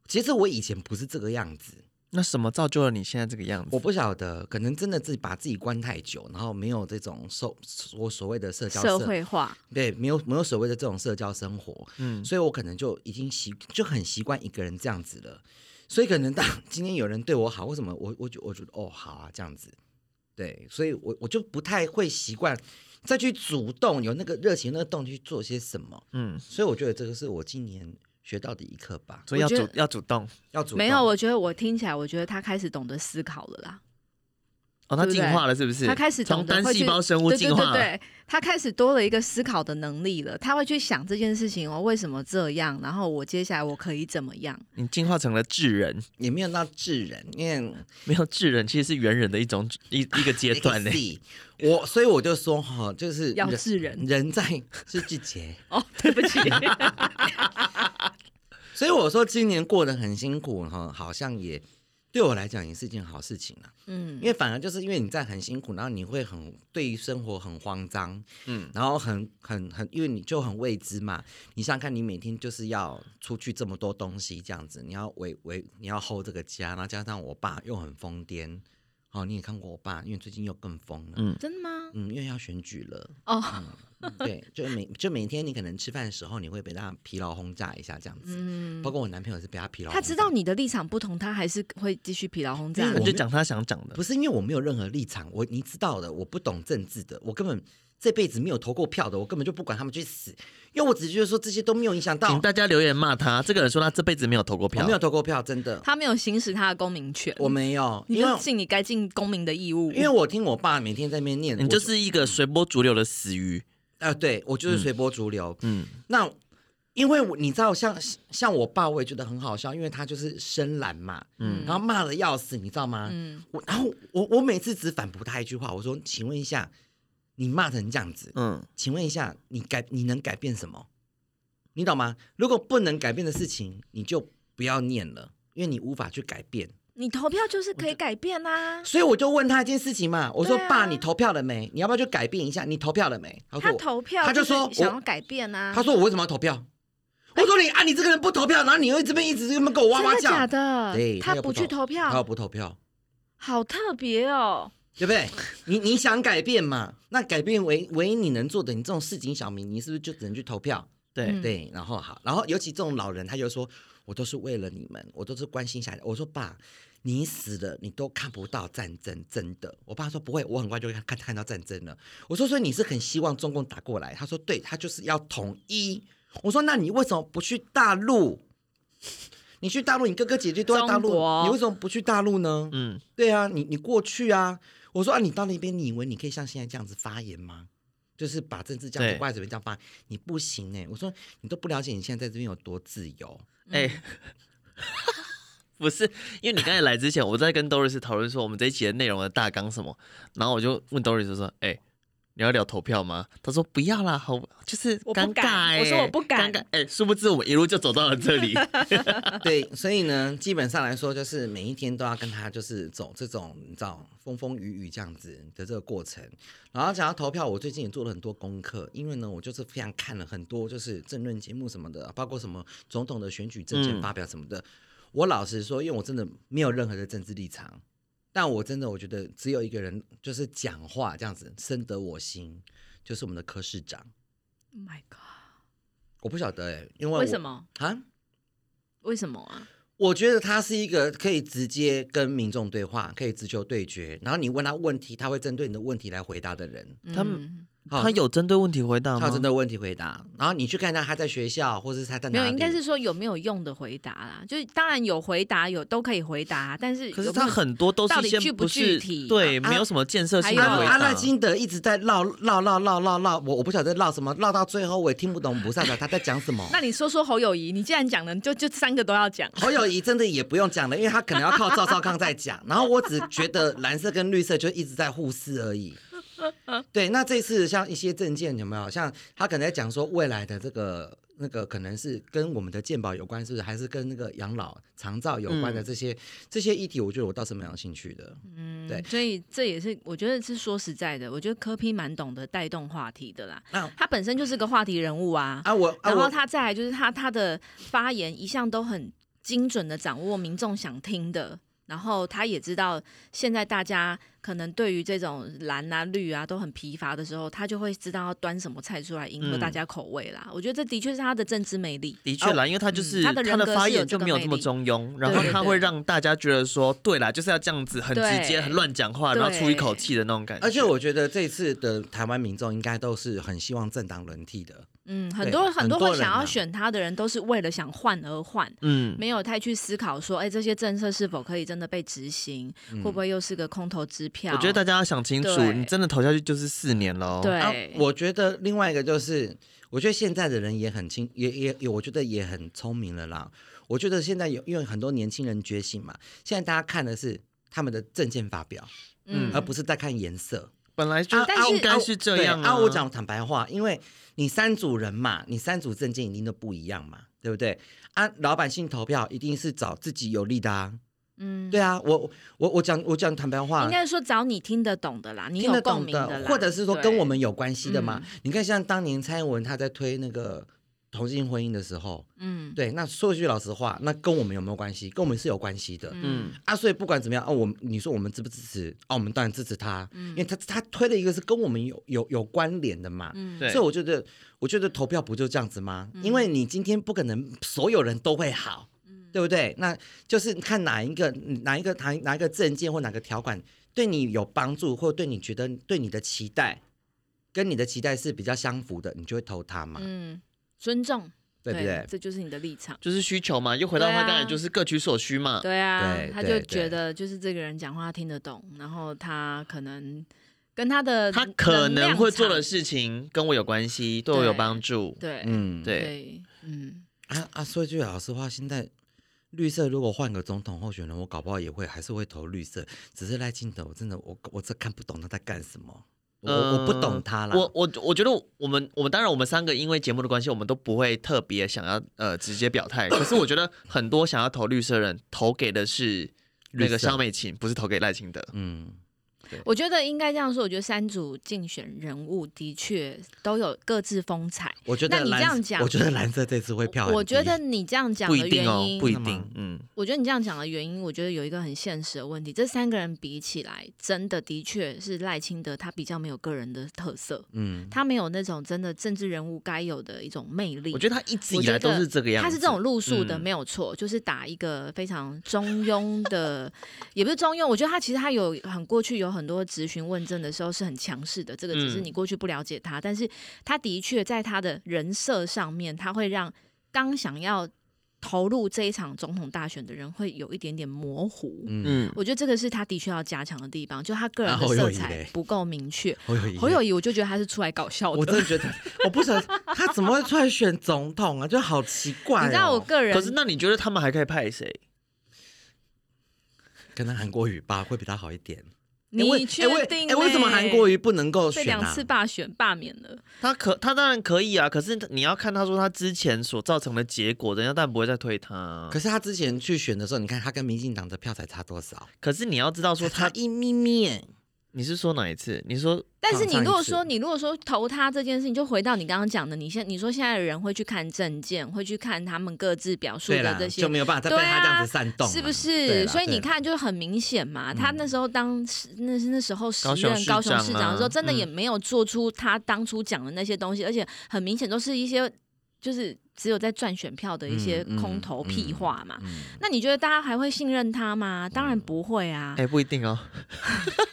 Speaker 3: 其实我以前不是这个样子，
Speaker 4: 那什么造就了你现在这个
Speaker 2: 嗯
Speaker 4: 样
Speaker 3: 我
Speaker 4: 子？
Speaker 3: 不晓得，可能真的自己把自己关太久，然后没有这种受我所谓的社交
Speaker 2: 社
Speaker 3: 社
Speaker 2: 会化，
Speaker 3: 对，没有没有所谓的这种社交生活，
Speaker 4: 嗯
Speaker 3: 所以我可能就已经习就很习惯一个人这样子了，所以可能当 今天有人对我好，为什么我我就我觉得哦好啊这样子，对，所以我我就不太会习惯再去主动有那个热情那个动去做些什么，
Speaker 4: 嗯，
Speaker 3: 所以我觉得这个是我今年学到的一课吧，
Speaker 4: 所以要
Speaker 2: 我觉
Speaker 4: 主
Speaker 2: 得
Speaker 4: 要主动
Speaker 3: 要主动
Speaker 2: 没有，我觉得我听起来，我觉得他开始懂得思考了啦。
Speaker 4: 哦，他
Speaker 2: 对不
Speaker 4: 进
Speaker 2: 对
Speaker 4: 化了是不是？
Speaker 2: 他开始懂
Speaker 4: 从
Speaker 2: 得
Speaker 4: 单
Speaker 2: 会
Speaker 4: 细
Speaker 2: 去
Speaker 4: 胞生物
Speaker 2: 对
Speaker 4: 进化了，
Speaker 2: 对对对，他开始多了一个思考的能力了，他会去想这件事情哦，为什么这样？然后我接下来我可以怎么样？
Speaker 4: 你进化成了智人，
Speaker 3: 也没有到智人，因为
Speaker 4: 没有智人其实是猿人的一种一一个阶段呢。
Speaker 3: 是我所以我就说哈，就是
Speaker 2: 要智人
Speaker 3: 人在是季节。
Speaker 2: 哦，对不 起，
Speaker 3: 所以我说今年过得很辛苦哈，好像也对我来讲也是一件好事情啊，
Speaker 2: 嗯
Speaker 3: 因，为反而就是因为你在很辛苦，然后你会很对于生活很慌张，
Speaker 4: 嗯，
Speaker 3: 然后很很很，因为你就很未知嘛。你想想看，你每天就是要出去这么多东西，这样子，你要维维，你要 hold 这个家，然后加上我爸又很疯癫，哦，你也看过我爸，因为最近又更疯了，
Speaker 4: 嗯
Speaker 2: 真的吗？
Speaker 3: 嗯，因为要选举了。嗯
Speaker 2: 哦，
Speaker 3: 对，就每就每天你可能吃饭的时候，你会被他疲劳轰炸一下这样子。
Speaker 2: 嗯
Speaker 3: 包，括我男朋友也是被他疲劳轰炸，
Speaker 2: 他知道你的立场不同，他还是会继续疲劳轰炸
Speaker 3: 因为
Speaker 4: 你
Speaker 2: 你。
Speaker 4: 就讲他想讲的
Speaker 3: 不，是因为我没有任何立场，我你知道的，我不懂政治的，我根本这辈子没有投过票的，我根本就不管他们去死，因为我只是觉得说这些都没有影响到
Speaker 4: 请，大家留言骂他。这个人说他这辈子没有投过
Speaker 3: 我
Speaker 4: 票，
Speaker 3: 没有投过票，真的，
Speaker 2: 他没有行使他的公民权，
Speaker 3: 我没有，
Speaker 2: 你
Speaker 3: 因为
Speaker 2: 就尽你该尽公民的义务。
Speaker 3: 因为我听我爸每天在那边念，
Speaker 4: 你就
Speaker 3: 我
Speaker 4: 是一个随波逐流的死鱼。
Speaker 3: 啊、对我就是随波逐流。
Speaker 4: 嗯，
Speaker 3: 那因为我你知道像像我爸，我也觉得很好笑，因为他就是深蓝嘛，嗯，然后骂的要死，你知道吗？
Speaker 2: 嗯
Speaker 3: 我然后我我每次只反驳他一句话，我说，请问一下，你骂成这样子，
Speaker 4: 嗯，
Speaker 3: 请问一下，你改你能改变什么？你懂吗？如果不能改变的事情，你就不要念了，因为你无法去改变。
Speaker 2: 你投票就是可以改变啊啦、
Speaker 3: 所以我就问他一件事情嘛，我说：“
Speaker 2: 对啊
Speaker 3: 爸，你投票了没？你要不要去改变一下？你投票了没？”他
Speaker 2: 他
Speaker 3: 说我：“
Speaker 2: 投票
Speaker 3: 他就是说
Speaker 2: 想
Speaker 3: 我
Speaker 2: 要改变啊。哎
Speaker 3: 他说我为什么要投票？”我说你：“啊，你这个人不投票，然后你又这边一直这么跟我哇哇
Speaker 2: 真的
Speaker 3: 叫，
Speaker 2: 假的？
Speaker 3: 对
Speaker 2: 他
Speaker 3: 又
Speaker 2: 不去投
Speaker 3: 他又
Speaker 2: 票，
Speaker 3: 不投票，
Speaker 2: 好特别哦。
Speaker 3: 对不对？你你想改变嘛？那改变唯唯一你能做的，你这种市井小民，你是不是就只能去投票？
Speaker 4: 对
Speaker 2: 嗯，
Speaker 3: 对，然后好，然后尤其这种老人，他就说：“我都是为了你们，我都是关心下来。”我说：“爸，你死了，你都看不到战争，真的。”我爸说：“不会，我很快就会看看到战争了。”我说：“所以你是很希望中共打过来？”他说：“对，他就是要统一。”我说：“那你为什么不去大陆？你去大陆，你哥哥姐姐都在大陆
Speaker 2: 中国，
Speaker 3: 你为什么不去大陆呢？”
Speaker 4: 嗯，
Speaker 3: 对啊，你你过去啊，我说啊，你到那边，你以为你可以像现在这样子发言吗？就是把政治这样
Speaker 4: 对
Speaker 3: 子，外这边这样把你不行呢、我说你都不了解你现在在这边有多自由，
Speaker 4: 哎、 不是，因为你刚才来之前，我在跟 Doris 讨论说我们这一期的内容的大纲什么，然后我就问 Doris 说：“哎、你要聊投票吗？”他说：“不要啦，好，就是
Speaker 5: 我不
Speaker 4: 尴尬、
Speaker 5: 敢
Speaker 4: 欸。”
Speaker 5: 我说我不敢
Speaker 4: 尴尬哎、殊不知我们一路就走到了这里。
Speaker 3: 对，所以呢，基本上来说，就是每一天都要跟他就是走这种你知道风风雨雨这样子的这个过程。然后讲到投票，我最近也做了很多功课，因为呢，我就是非常看了很多就是政论节目什么的，包括什么总统的选举政见
Speaker 4: 嗯
Speaker 3: 发表什么的。我老实说，因为我真的没有任何的政治立场，但我真的我觉得只有一个人就是讲话这样子深得我心，就是我们的柯市长。
Speaker 2: Oh my god！
Speaker 3: 我不晓得哎、因为
Speaker 2: 为
Speaker 3: 我
Speaker 2: 什么？
Speaker 3: 啊？
Speaker 2: 为什么啊？
Speaker 3: 我觉得他是一个可以直接跟民众对话，可以直球对决，然后你问他问题，他会针对你的问题来回答的人。
Speaker 2: 嗯
Speaker 4: 他们
Speaker 3: 好
Speaker 4: 他有针对问题回答
Speaker 3: 他
Speaker 4: 吗？
Speaker 3: 有针对问题回答，然后你去看他他在学校，或者是他在
Speaker 2: 没
Speaker 3: 哪
Speaker 2: 有，
Speaker 3: 里？
Speaker 2: 应该是说有没有用的回答啦。就是当然有回答，有都可以回答，啊但是
Speaker 4: 可是
Speaker 2: 有没
Speaker 4: 他
Speaker 2: 有
Speaker 4: 很多都
Speaker 2: 到
Speaker 4: 是
Speaker 2: 底
Speaker 4: 先
Speaker 2: 具不
Speaker 4: 不
Speaker 2: 具
Speaker 4: 是
Speaker 2: 体
Speaker 4: 对，
Speaker 3: 啊
Speaker 4: 没有什么建设性
Speaker 2: 还
Speaker 4: 的
Speaker 2: 有。
Speaker 3: 阿
Speaker 4: 回答。
Speaker 3: 阿拉金德一直在绕绕绕绕绕绕，我我不晓得绕什么，绕到最后我也听不懂不萨的他在讲什么
Speaker 2: 那你说说侯友谊，你既然讲了，你就就三个都要讲。啊
Speaker 3: 侯友谊真的也不用讲了，因为他可能要靠赵少康在讲。然后我只觉得蓝色跟绿色就一直在互撕而 已。对，那这次像一些证件有没有？像他可能在讲说未来的这个那个可能是跟我们的健保有关，是不是？还是跟那个养老长照有关的这些、这些议题？我觉得我倒是蛮有兴趣的。
Speaker 2: 嗯
Speaker 3: 对
Speaker 2: 所以这也是我觉得是说实在的，我觉得柯批蛮懂得带动话题的啦。
Speaker 3: 那
Speaker 2: 他本身就是个话题人物啊，
Speaker 3: 啊我啊
Speaker 2: 然后
Speaker 3: 我
Speaker 2: 他再来就是他他的发言一向都很精准的掌握民众想听的，然后他也知道现在大家可能对于这种蓝啊绿啊都很疲乏的时候，他就会知道要端什么菜出来迎合
Speaker 4: 嗯
Speaker 2: 大家口味啦。我觉得这的确是他的政治魅力。
Speaker 4: 的确啦，因为他就是、
Speaker 2: 嗯他的人格
Speaker 4: 发
Speaker 2: 是有
Speaker 4: 言
Speaker 2: 这
Speaker 4: 就
Speaker 2: 个
Speaker 4: 没有
Speaker 2: 魅
Speaker 4: 这么
Speaker 2: 力
Speaker 4: 中庸，然后
Speaker 2: 对对
Speaker 4: 他
Speaker 2: 对
Speaker 4: 会让大家觉得说，对啦，就是要这样子很直接、
Speaker 2: 对
Speaker 4: 很乱讲话，然后出一口气的那种感觉。
Speaker 3: 而且我觉得这次的台湾民众应该都是很希望政党轮替的。
Speaker 2: 嗯，很
Speaker 3: 对
Speaker 2: 多很
Speaker 3: 很
Speaker 2: 多
Speaker 3: 多
Speaker 2: 会
Speaker 3: 人
Speaker 2: 想要
Speaker 3: 啊
Speaker 2: 选他的人都是为了想换而换。
Speaker 4: 嗯，
Speaker 2: 没有太去思考说，哎，这些政策是否可以真的被执行，
Speaker 3: 嗯
Speaker 2: 会不会又是个空头支票？
Speaker 4: 我觉得大家要想清楚，
Speaker 2: 对
Speaker 4: 你真的投下去就是四年哦喽。
Speaker 2: 对、
Speaker 3: 啊，我觉得另外一个就是，我觉得现在的人也很清，也也也，我觉得也很聪明了啦。我觉得现在有，因为很多年轻人觉醒嘛，现在大家看的是他们的证件发表，
Speaker 2: 嗯，
Speaker 3: 而不是在看颜色。
Speaker 4: 本来就
Speaker 3: 啊
Speaker 2: 但是
Speaker 4: 应该是这样
Speaker 3: 对啊，我讲坦白话，因为你三组人嘛，你三组证件一定都不一样嘛，对不对？啊，老百姓投票一定是找自己有利的啊。
Speaker 2: 嗯，
Speaker 3: 对啊，我我我讲我讲坦白话，
Speaker 2: 应该说找你听得懂的啦，你
Speaker 3: 啊听
Speaker 2: 有
Speaker 3: 得
Speaker 2: 共
Speaker 3: 懂
Speaker 2: 鸣的啦，
Speaker 3: 或者是说
Speaker 2: 对嗯
Speaker 3: 跟我们有关系的嘛？你看，像当年蔡英文她在推那个同性婚姻的时候，
Speaker 2: 嗯
Speaker 3: 对，那说句老实话，那跟我们有没有关系？跟我们是有关系的。
Speaker 4: 嗯，
Speaker 3: 啊，所以不管怎么样，哦，我们你说我们支不支持？哦，我们当然支持他，
Speaker 2: 嗯
Speaker 3: 因为他他推了一个是跟我们有有有关联的嘛。
Speaker 2: 嗯
Speaker 4: 对
Speaker 3: 所以我觉得，我觉得投票不就这样子吗？因为你今天不可能所有人都会好，对不对？那就是看哪一个哪一个哪哪一个证件或哪个条款对你有帮助，或对你觉得对你的期待跟你的期待是比较相符的，你就会投它嘛，
Speaker 2: 嗯，尊重，
Speaker 3: 对不对？
Speaker 2: 这就是你的立场。
Speaker 4: 就是需求嘛，又回到
Speaker 2: 对啊
Speaker 4: 话，当然就是各取所需嘛。
Speaker 2: 对啊，
Speaker 3: 嗯对
Speaker 2: 他
Speaker 3: 对
Speaker 2: 就觉
Speaker 3: 对
Speaker 2: 得就是这个人讲话听得懂，然后他可能跟他的
Speaker 4: 他可能会做
Speaker 2: 能
Speaker 4: 的
Speaker 2: 量场
Speaker 4: 事情跟我有关系，对我有帮助。
Speaker 2: 对、
Speaker 3: 嗯，
Speaker 4: 对
Speaker 2: 对，嗯，
Speaker 3: 啊啊，说句老实话，现在绿色如果换个总统候选人，我搞不好也会还是会投绿色，只是赖清德，我真的我我这看不懂他在干什么，我、我不懂他啦。
Speaker 4: 呃我我我觉得我们我们当然我们三个因为节目的关系，我们都不会特别想要呃直接表态。可是我觉得很多想要投绿色的人投给的是那个
Speaker 3: 绿色
Speaker 4: 肖美琴，不是投给赖清德。
Speaker 3: 嗯，
Speaker 2: 我觉得应该这样说，我觉得三组竞选人物的确都有各自风采。
Speaker 3: 我觉
Speaker 2: 那
Speaker 3: 得
Speaker 2: 你
Speaker 3: 蓝
Speaker 2: 这样讲
Speaker 3: 我觉得蓝色这次会票很
Speaker 2: 我觉
Speaker 3: 低
Speaker 2: 得你这样讲
Speaker 4: 不
Speaker 2: 的
Speaker 4: 一
Speaker 2: 原
Speaker 4: 定哦
Speaker 2: 因，，
Speaker 4: 不一
Speaker 3: 真的吗
Speaker 4: 定，嗯，
Speaker 2: 我觉得你这样讲的原因，我觉得有一个很现实的问题，这三个人比起来，真的的确是赖清德他比较没有个人的特色，
Speaker 3: 嗯，
Speaker 2: 他没有那种真的政治人物该有的一种魅力。
Speaker 4: 我觉
Speaker 2: 得
Speaker 4: 得他一直以来都是这个样子，
Speaker 2: 他是这种路数的，
Speaker 4: 嗯
Speaker 2: 没有错，就是打一个非常中庸的，也不是中庸。我觉得他其实他有很过去有很多质询问政的时候是很强势的，这个只是
Speaker 4: 嗯
Speaker 2: 你过去不了解他，但是他的确在他的人设上面，他会让刚想要。投入这一场总统大选的人会有一点点模糊。
Speaker 3: 嗯，
Speaker 4: 嗯，
Speaker 2: 我觉得这个是他的确要加强的地方，就他个人
Speaker 3: 啊
Speaker 2: 的
Speaker 3: 侯友
Speaker 2: 色
Speaker 3: 宜
Speaker 2: 彩
Speaker 3: 嘞
Speaker 2: 不够明确。
Speaker 3: 侯友谊，
Speaker 2: 侯友谊，我就觉得他是出来搞笑的。
Speaker 3: 我真的觉得，我不晓得他怎么会出来选总统啊，就好奇怪、哦。
Speaker 2: 你知道我个人，
Speaker 4: 可是那你觉得他们还可以派谁？
Speaker 3: 可能韩国语吧会比他好一点。哎为
Speaker 2: 你
Speaker 3: 哎
Speaker 2: 确
Speaker 3: 为
Speaker 2: 定、欸
Speaker 3: 哎为什么韩国瑜不能够
Speaker 2: 被
Speaker 3: 选
Speaker 2: 两
Speaker 3: 啊？
Speaker 2: 次罢选罢免了？
Speaker 4: 他可他当然可以啊，可是你要看他说他之前所造成的结果，人家当然不会再推他啊。
Speaker 3: 可是他之前去选的时候，你看他跟民进党的票才差多少？
Speaker 4: 可是你要知道说他，
Speaker 3: 一咪咪，
Speaker 4: 你是说哪一次？你说
Speaker 2: 但是你
Speaker 3: 上
Speaker 2: 如果
Speaker 3: 一次
Speaker 2: 说你如果说投他这件事情，就回到你刚刚讲的，你现你说现在的人会去看证件，会去看他们各自表述
Speaker 3: 对
Speaker 2: 的
Speaker 3: 啦
Speaker 2: 这，些啊
Speaker 3: 就，没有办法再被他这样子煽动、
Speaker 2: 是不
Speaker 3: 对
Speaker 2: 是？
Speaker 3: 啦
Speaker 2: 所以
Speaker 3: 对
Speaker 2: 你
Speaker 3: 啦嗯
Speaker 2: 看，就很明显嘛。他那时候当时那是那时候时
Speaker 4: 高雄
Speaker 2: 任
Speaker 4: 市
Speaker 2: 高雄市
Speaker 4: 长啊
Speaker 2: 长的时候，真的
Speaker 4: 嗯
Speaker 2: 也没有做出他当初讲的那些东西，而且很明显都是一些就是只有在赚选票的一些
Speaker 3: 嗯嗯
Speaker 2: 空头屁
Speaker 3: 嗯
Speaker 2: 话嘛。
Speaker 3: 嗯
Speaker 2: 那你觉得大家还会信任他吗？当然不会啊
Speaker 4: 哎、！不一定哦，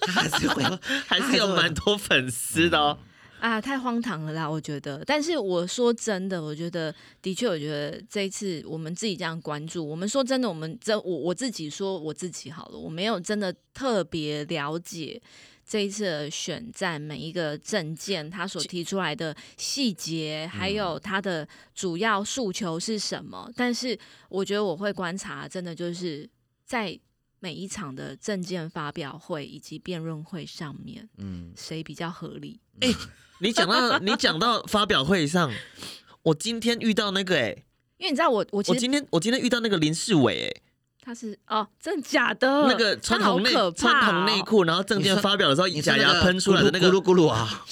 Speaker 3: 他还是
Speaker 2: 嗯
Speaker 3: 会
Speaker 4: 还是有蛮多粉丝的哦。
Speaker 2: 啊，太荒唐了啦，我觉得。但是我说真的，我觉得的确，我觉得这一次我们自己这样关注，我们说真的，我们这我我自己说我自己好了，我没有真的特别了解这一次的选战每一个政见他所提出来的细节，还有他的主要诉求是什么。但是我觉得我会观察，真的就是在。每一场的政见发表会以及辩论会上面，
Speaker 3: 嗯，
Speaker 2: 谁比较合理？
Speaker 4: 你讲到你讲到发表会上， 我今天遇到那个哎、
Speaker 2: 因为你知道我，我
Speaker 4: 我
Speaker 2: 其实
Speaker 4: 今天我今天遇到那个林世伟哎、
Speaker 2: 他是哦，真的假的？
Speaker 4: 那个穿
Speaker 2: 他好
Speaker 4: 红内、
Speaker 2: 可怕哦
Speaker 4: 穿红内，裤，然后证件发表的时候
Speaker 3: 你
Speaker 4: 假牙喷出来的那
Speaker 3: 咕
Speaker 4: 个
Speaker 3: 噜，咕噜咕噜啊，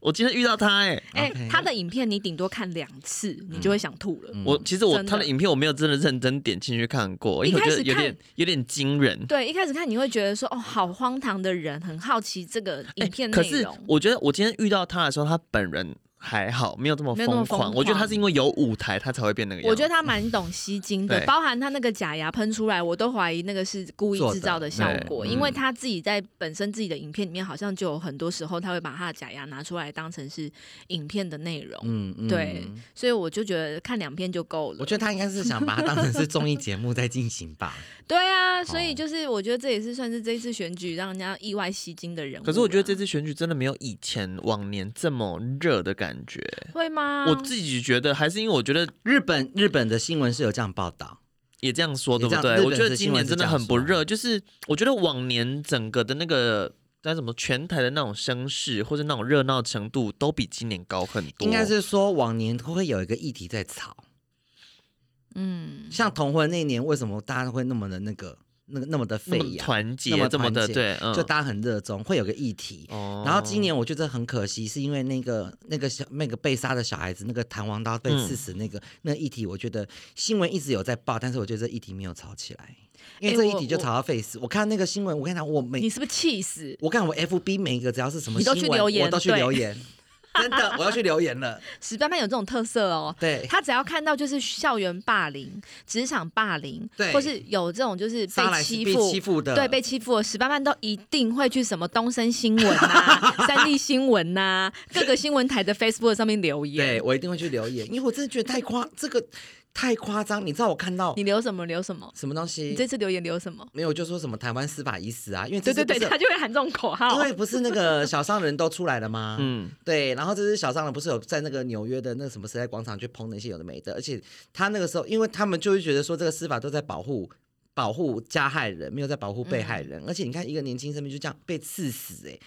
Speaker 4: 我今天遇到他哎、
Speaker 2: 哎、
Speaker 3: OK
Speaker 2: 他的影片你顶多看两次，你
Speaker 4: 嗯
Speaker 2: 就会想吐
Speaker 3: 嗯
Speaker 2: 了。
Speaker 4: 我其实我
Speaker 2: 真的
Speaker 4: 他的影片我没有真的认真点进去看过，因为
Speaker 2: 一
Speaker 4: 我
Speaker 2: 开
Speaker 4: 觉
Speaker 2: 始
Speaker 4: 得有点有点惊人。
Speaker 2: 对，一开始看你会觉得说，哦，好荒唐的人，很好奇这个影片
Speaker 4: 哎欸可
Speaker 2: 内
Speaker 4: 是
Speaker 2: 容。
Speaker 4: 我觉得我今天遇到他的时候，他本人还好，没有这么
Speaker 2: 没有
Speaker 4: 疯
Speaker 2: 那么
Speaker 4: 狂。
Speaker 2: 疯狂
Speaker 4: 我觉得他是因为有舞台，他才会变那个样。
Speaker 2: 我觉得他蛮懂吸睛的，
Speaker 4: 对
Speaker 2: 包含他那个假牙喷出来，我都怀疑那个是故意制造的效
Speaker 4: 做
Speaker 2: 果，
Speaker 4: 的对
Speaker 2: 因为
Speaker 4: 嗯
Speaker 2: 他自己在本身自己的影片里面，好像就有很多时候他会把他的假牙拿出来当成是影片的内容，
Speaker 3: 嗯嗯
Speaker 2: 对所以我就觉得看两篇就够了。
Speaker 3: 我觉得他应该是想把它当成是综艺节目在进行吧。
Speaker 2: 对啊，所以
Speaker 3: 哦
Speaker 2: 就是我觉得这也是算是这一次选举让人家意外吸睛的人物啦。
Speaker 4: 可是我觉得这次选举真的没有以前往年这么热的感觉。
Speaker 2: 会吗？
Speaker 3: 啊
Speaker 4: 我自己觉得还是因为我觉得
Speaker 3: 日本日本的新闻是有这样报道，
Speaker 4: 也这样说，对
Speaker 3: 也这
Speaker 4: 不
Speaker 3: 样
Speaker 4: 对？
Speaker 3: 日
Speaker 4: 我
Speaker 3: 本
Speaker 4: 觉得
Speaker 3: 是新
Speaker 4: 今
Speaker 3: 闻
Speaker 4: 年
Speaker 3: 是
Speaker 4: 真
Speaker 3: 这
Speaker 4: 的
Speaker 3: 样
Speaker 4: 很不
Speaker 3: 说啊
Speaker 4: 热，就是我觉得往年整个的那个。在什么全台的那种声势或者那种热闹程度都比今年高很多，
Speaker 3: 应该是说往年会有一个议题在吵，
Speaker 2: 嗯，
Speaker 3: 像同婚那年，为什么大家会那么的那个那个那么的
Speaker 4: 那
Speaker 3: 沸
Speaker 4: 么
Speaker 3: 扬，
Speaker 4: 团
Speaker 3: 那
Speaker 4: 结
Speaker 3: 么
Speaker 4: 这么的
Speaker 3: 团结
Speaker 4: 对，嗯
Speaker 3: 就大家很热衷，会有个议题。
Speaker 4: 哦
Speaker 3: 然后今年我觉得很可惜，是因为那个那个小那个被杀的小孩子，那个弹簧刀被
Speaker 4: 嗯
Speaker 3: 刺死那个、那个议题，我觉得新闻一直有在报，但是我觉得这议题没有吵起来，因为
Speaker 2: 哎
Speaker 3: 这
Speaker 2: 我
Speaker 3: 议题就吵到 face。我看那个新闻，我跟你讲，我每
Speaker 2: 你是不是气死？
Speaker 3: 我看我 FB 每一个只要是什么
Speaker 2: 你都
Speaker 3: 新
Speaker 2: 去
Speaker 3: 闻，
Speaker 2: 留言
Speaker 3: 我都去
Speaker 2: 对
Speaker 3: 留言，真的我要去留言了。
Speaker 2: 史班班有这种特色哦。
Speaker 3: 对，
Speaker 2: 他只要看到就是校园霸凌、职场霸凌，
Speaker 3: 对
Speaker 2: 或是有这种就是
Speaker 3: 莎
Speaker 2: 被
Speaker 3: 莱是
Speaker 2: 欺
Speaker 3: 被
Speaker 2: 负、
Speaker 3: 欺负的
Speaker 2: 对被欺负的，史班班都一定会去什么东森新闻啊、 三立新闻呐、各个新闻台的 Facebook 上面留
Speaker 3: 对
Speaker 2: 言。
Speaker 3: 我一定会去留言，因为我真的觉得 太夸这个太夸张。你知道我看到
Speaker 2: 你留什么留什么？
Speaker 3: 什么东
Speaker 2: 你
Speaker 3: 西
Speaker 2: 这？次留言留什么？
Speaker 3: 没有，就说什么台湾司法已死啊，因为这
Speaker 2: 对
Speaker 3: 次
Speaker 2: 对
Speaker 3: 不
Speaker 2: 对，
Speaker 3: 是
Speaker 2: 他就会喊这种口号
Speaker 3: 因。为不是那个小商人都出来了吗？
Speaker 4: 嗯，
Speaker 3: 对，然后这次小商人不是有在那个纽约的那什么时代广场去碰那些有的没的，而且他那个时候，因为他们就会觉得说这个司法都在保护保护加害人，没有在保护被
Speaker 2: 嗯
Speaker 3: 害人，而且你看一个年轻生命就这样被刺死、欸，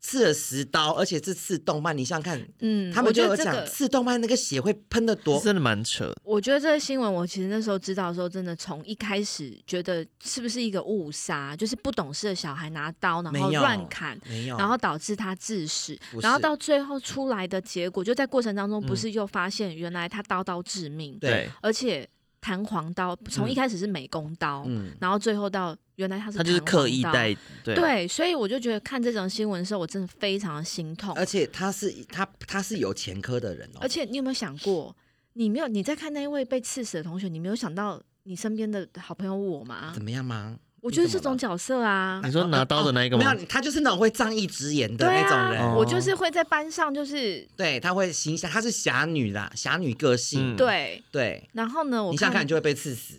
Speaker 3: 刺了十刀，而且这刺动脉，你想想看，
Speaker 2: 嗯，
Speaker 3: 他
Speaker 2: 我
Speaker 3: 们就
Speaker 2: 觉得
Speaker 3: 有
Speaker 2: 这
Speaker 3: 讲、
Speaker 2: 个
Speaker 3: 刺动脉那个血会喷的多，
Speaker 4: 真的蛮扯的。
Speaker 2: 我觉得这个新闻，我其实那时候知道的时候，真的从一开始觉得是不是一个误杀，就是不懂事的小孩拿刀然
Speaker 3: 没
Speaker 2: 后
Speaker 3: 有
Speaker 2: 乱砍，
Speaker 3: 没有，
Speaker 2: 然后导致他致死
Speaker 3: 不，
Speaker 2: 然后
Speaker 3: 是
Speaker 2: 到最后出来的结果，就在过程当中不
Speaker 4: 嗯
Speaker 2: 是又发现原来他刀刀致命，
Speaker 3: 对，
Speaker 2: 而且弹簧刀从一开始是美工刀，
Speaker 3: 嗯，
Speaker 2: 然后最后到原来他是
Speaker 4: 他就是
Speaker 2: 弹簧
Speaker 4: 刻意
Speaker 2: 刀
Speaker 3: 啊
Speaker 4: 带对
Speaker 2: 对，所以我就觉得看这种新闻的时候，我真的非常的心痛，
Speaker 3: 而且他是他他是有前科的人哦，
Speaker 2: 而且你有没有想过，你没有你在看那一位被刺死的同学，你没有想到你身边的好朋友我吗
Speaker 3: 怎？么样吗？
Speaker 2: 我就是这种角色啊。
Speaker 4: 你说拿刀的那一个
Speaker 3: 哦没
Speaker 4: 吗？
Speaker 3: 有，他就是那种会仗义直言的
Speaker 2: 对
Speaker 3: 那种
Speaker 2: 啊，
Speaker 3: 人。哦
Speaker 2: 我就是会在班上，就是
Speaker 3: 对，他会形象，他是侠女啦，侠女个性。
Speaker 4: 嗯
Speaker 2: 对。
Speaker 3: 对，
Speaker 2: 然后呢，我
Speaker 3: 你想想看，你就会被刺死。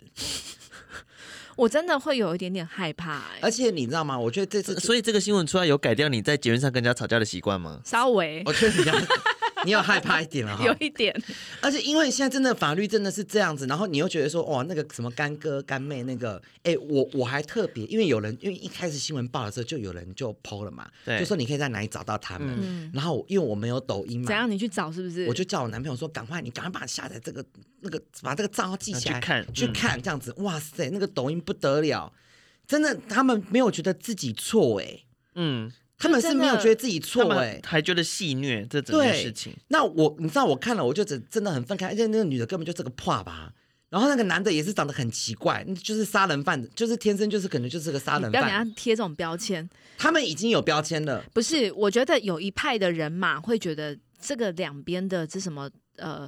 Speaker 2: 我真的会有一点点害怕、欸，
Speaker 3: 而且你知道吗？我觉得这次，
Speaker 4: 所以这个新闻出来有改掉你在节目上跟人家吵架的习惯吗？
Speaker 2: 稍微
Speaker 3: 我觉得 你要，你要害怕一点了哈。
Speaker 2: 有一点。
Speaker 3: 而且因为现在真的法律真的是这样子，然后你又觉得说，哇，那个什么干哥干妹那个，哎，我我还特别，因为有人，因为一开始新闻报的时候就有人就 PO 了嘛，
Speaker 4: 对
Speaker 3: 就说你可以在哪里找到他们。
Speaker 2: 嗯，
Speaker 3: 然后我因为我没有抖音
Speaker 2: 怎
Speaker 3: 嘛，
Speaker 2: 样？你去找是不是？
Speaker 3: 我就叫我男朋友说，赶快你赶快把下载这个那个把这个账号记起来，
Speaker 4: 去看
Speaker 3: 去
Speaker 4: 嗯
Speaker 3: 看这样子，哇塞，那个抖音不得了，真的他们没有觉得自己错哎、
Speaker 4: 嗯，
Speaker 3: 他们是
Speaker 2: 真的
Speaker 3: 没有觉得自己
Speaker 4: 他
Speaker 3: 错哎、
Speaker 4: 们还觉得戏虐这整件事情，
Speaker 3: 那我你知道我看了，我就真真的很愤慨，而且那个女的根本就这个破吧。然后那个男的也是长得很奇怪，就是杀人犯，就是天生就是可能就是个杀
Speaker 2: 你
Speaker 3: 人
Speaker 2: 不要给他
Speaker 3: 犯。
Speaker 2: 贴这种标签。
Speaker 3: 他们已经有标签了，
Speaker 2: 不是，我觉得有一派的人嘛，会觉得这个两边的这什么呃，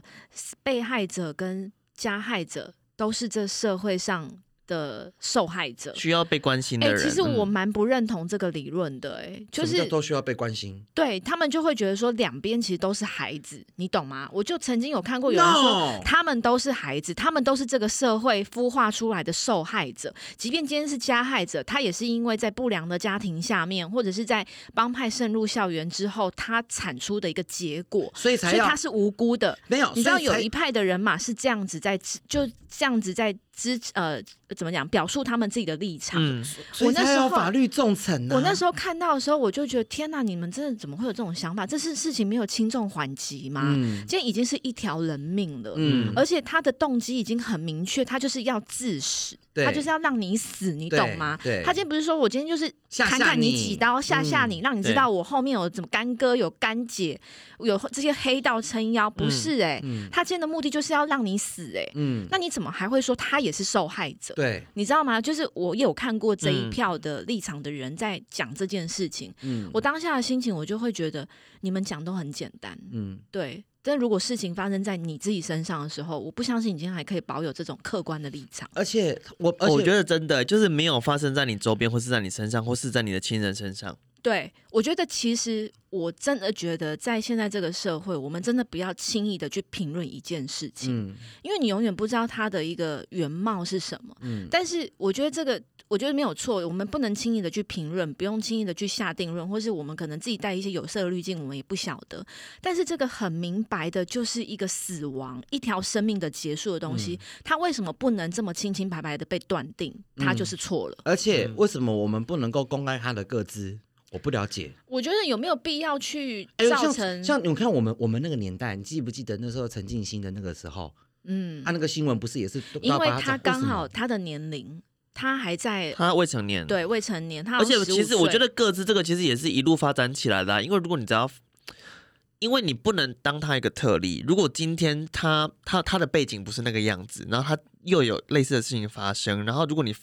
Speaker 2: 被害者跟加害者都是这社会上的受害者。
Speaker 4: 需要被关心
Speaker 2: 哎、
Speaker 4: 的人。
Speaker 2: 其实我
Speaker 4: 嗯
Speaker 2: 蛮不认同这个理论的、哎，就
Speaker 3: 什么
Speaker 2: 是
Speaker 3: 叫都需要被关心。
Speaker 2: 对他们就会觉得说两边其实都是孩子，你懂吗？我就曾经有看过有人说
Speaker 3: No！
Speaker 2: 他们都是孩子，他们都是这个社会孵化出来的受害者。即便今天是加害者，他也是因为在不良的家庭下面，或者是在帮派渗入校园之后，他产出的一个结果，
Speaker 3: 所以
Speaker 2: 所
Speaker 3: 才
Speaker 2: 以
Speaker 3: 要
Speaker 2: 他是无辜的。
Speaker 3: 没有，
Speaker 2: 你知道有
Speaker 3: 所以才
Speaker 2: 一派的人嘛是这样子在支就这样子在支呃怎么讲表述他们自己的立场，
Speaker 4: 嗯，
Speaker 3: 所以才
Speaker 2: 我那时候
Speaker 3: 要法律重惩呢、啊
Speaker 2: 我那时
Speaker 3: 候
Speaker 2: 候看到的时候，我就觉得天哪，你们真的怎么会有这种想法？这是事情没有轻重缓急吗？
Speaker 3: 嗯
Speaker 2: 今天已经是一条人命了。
Speaker 3: 嗯，
Speaker 2: 而且他的动机已经很明确，他就是要致死，
Speaker 3: 对
Speaker 2: 他就是要让你死，你
Speaker 3: 对
Speaker 2: 懂吗？
Speaker 3: 对
Speaker 2: 他今天不是说我今天就是
Speaker 3: 吓吓
Speaker 2: 砍砍
Speaker 3: 你嗯
Speaker 2: 几刀，吓吓你，让你知
Speaker 4: 对
Speaker 2: 道我后面有怎么干哥、有干姐、有这些黑道撑腰，不是哎、
Speaker 3: 嗯
Speaker 2: 他今天的目的就是要让你死哎、
Speaker 3: 嗯，
Speaker 2: 那你怎么还会说他也是受害者？
Speaker 3: 对，
Speaker 2: 你知道吗？就是我也有看过这一
Speaker 4: 嗯
Speaker 2: 票的立场的人在讲这件事情，
Speaker 3: 嗯
Speaker 2: 我当下的心情我就会觉得你们讲都很简单，
Speaker 3: 嗯，
Speaker 2: 对。但如果事情发生在你自己身上的时候，我不相信你今天还可以保有这种客观的立场。
Speaker 3: 而且我而且
Speaker 4: 我觉得真的就是没有发生在你周边，或是在你身上，或是在你的亲人身上。
Speaker 2: 对我觉得，其实我真的觉得，在现在这个社会，我们真的不要轻易的去评论一件事情，
Speaker 3: 嗯
Speaker 2: 因为你永远不知道它的一个原貌是什么。
Speaker 3: 嗯
Speaker 2: 但是我觉得这个，我觉得没有错，我们不能轻易的去评论，不用轻易的去下定论，或是我们可能自己带一些有色的滤镜，我们也不晓得。但是这个很明白的，就是一个死亡，一条生命的结束的东西，它为什么不能这么清清白白的被断定？它就是错了。
Speaker 3: 而且
Speaker 4: 嗯
Speaker 3: 为什么我们不能够公开他的个资？我不了解。
Speaker 2: 我觉得有没有必要去
Speaker 3: 哎呦
Speaker 2: 造成
Speaker 3: 像？像你看我们我们那个年代，你记不记得那时候陈静心的那个时候，啊
Speaker 2: 嗯
Speaker 3: 他、，那个新闻不是也是都
Speaker 2: 因
Speaker 3: 要
Speaker 2: 为
Speaker 3: 把
Speaker 2: 他
Speaker 3: 它
Speaker 2: 刚
Speaker 3: 为什
Speaker 2: 好
Speaker 3: 么
Speaker 2: 他的年龄，他还在
Speaker 4: 他未成年，，
Speaker 2: 对未成年，他好
Speaker 4: 而
Speaker 2: 像
Speaker 4: 且其
Speaker 2: 15
Speaker 4: 实我
Speaker 2: 岁
Speaker 4: 觉得各自这个其实也是一路发展起来的啊、因为如果你只要，因为你不能当他一个特例。如果今天他他他的背景不是那个样子，然后他又有类似的事情发生，然后如果你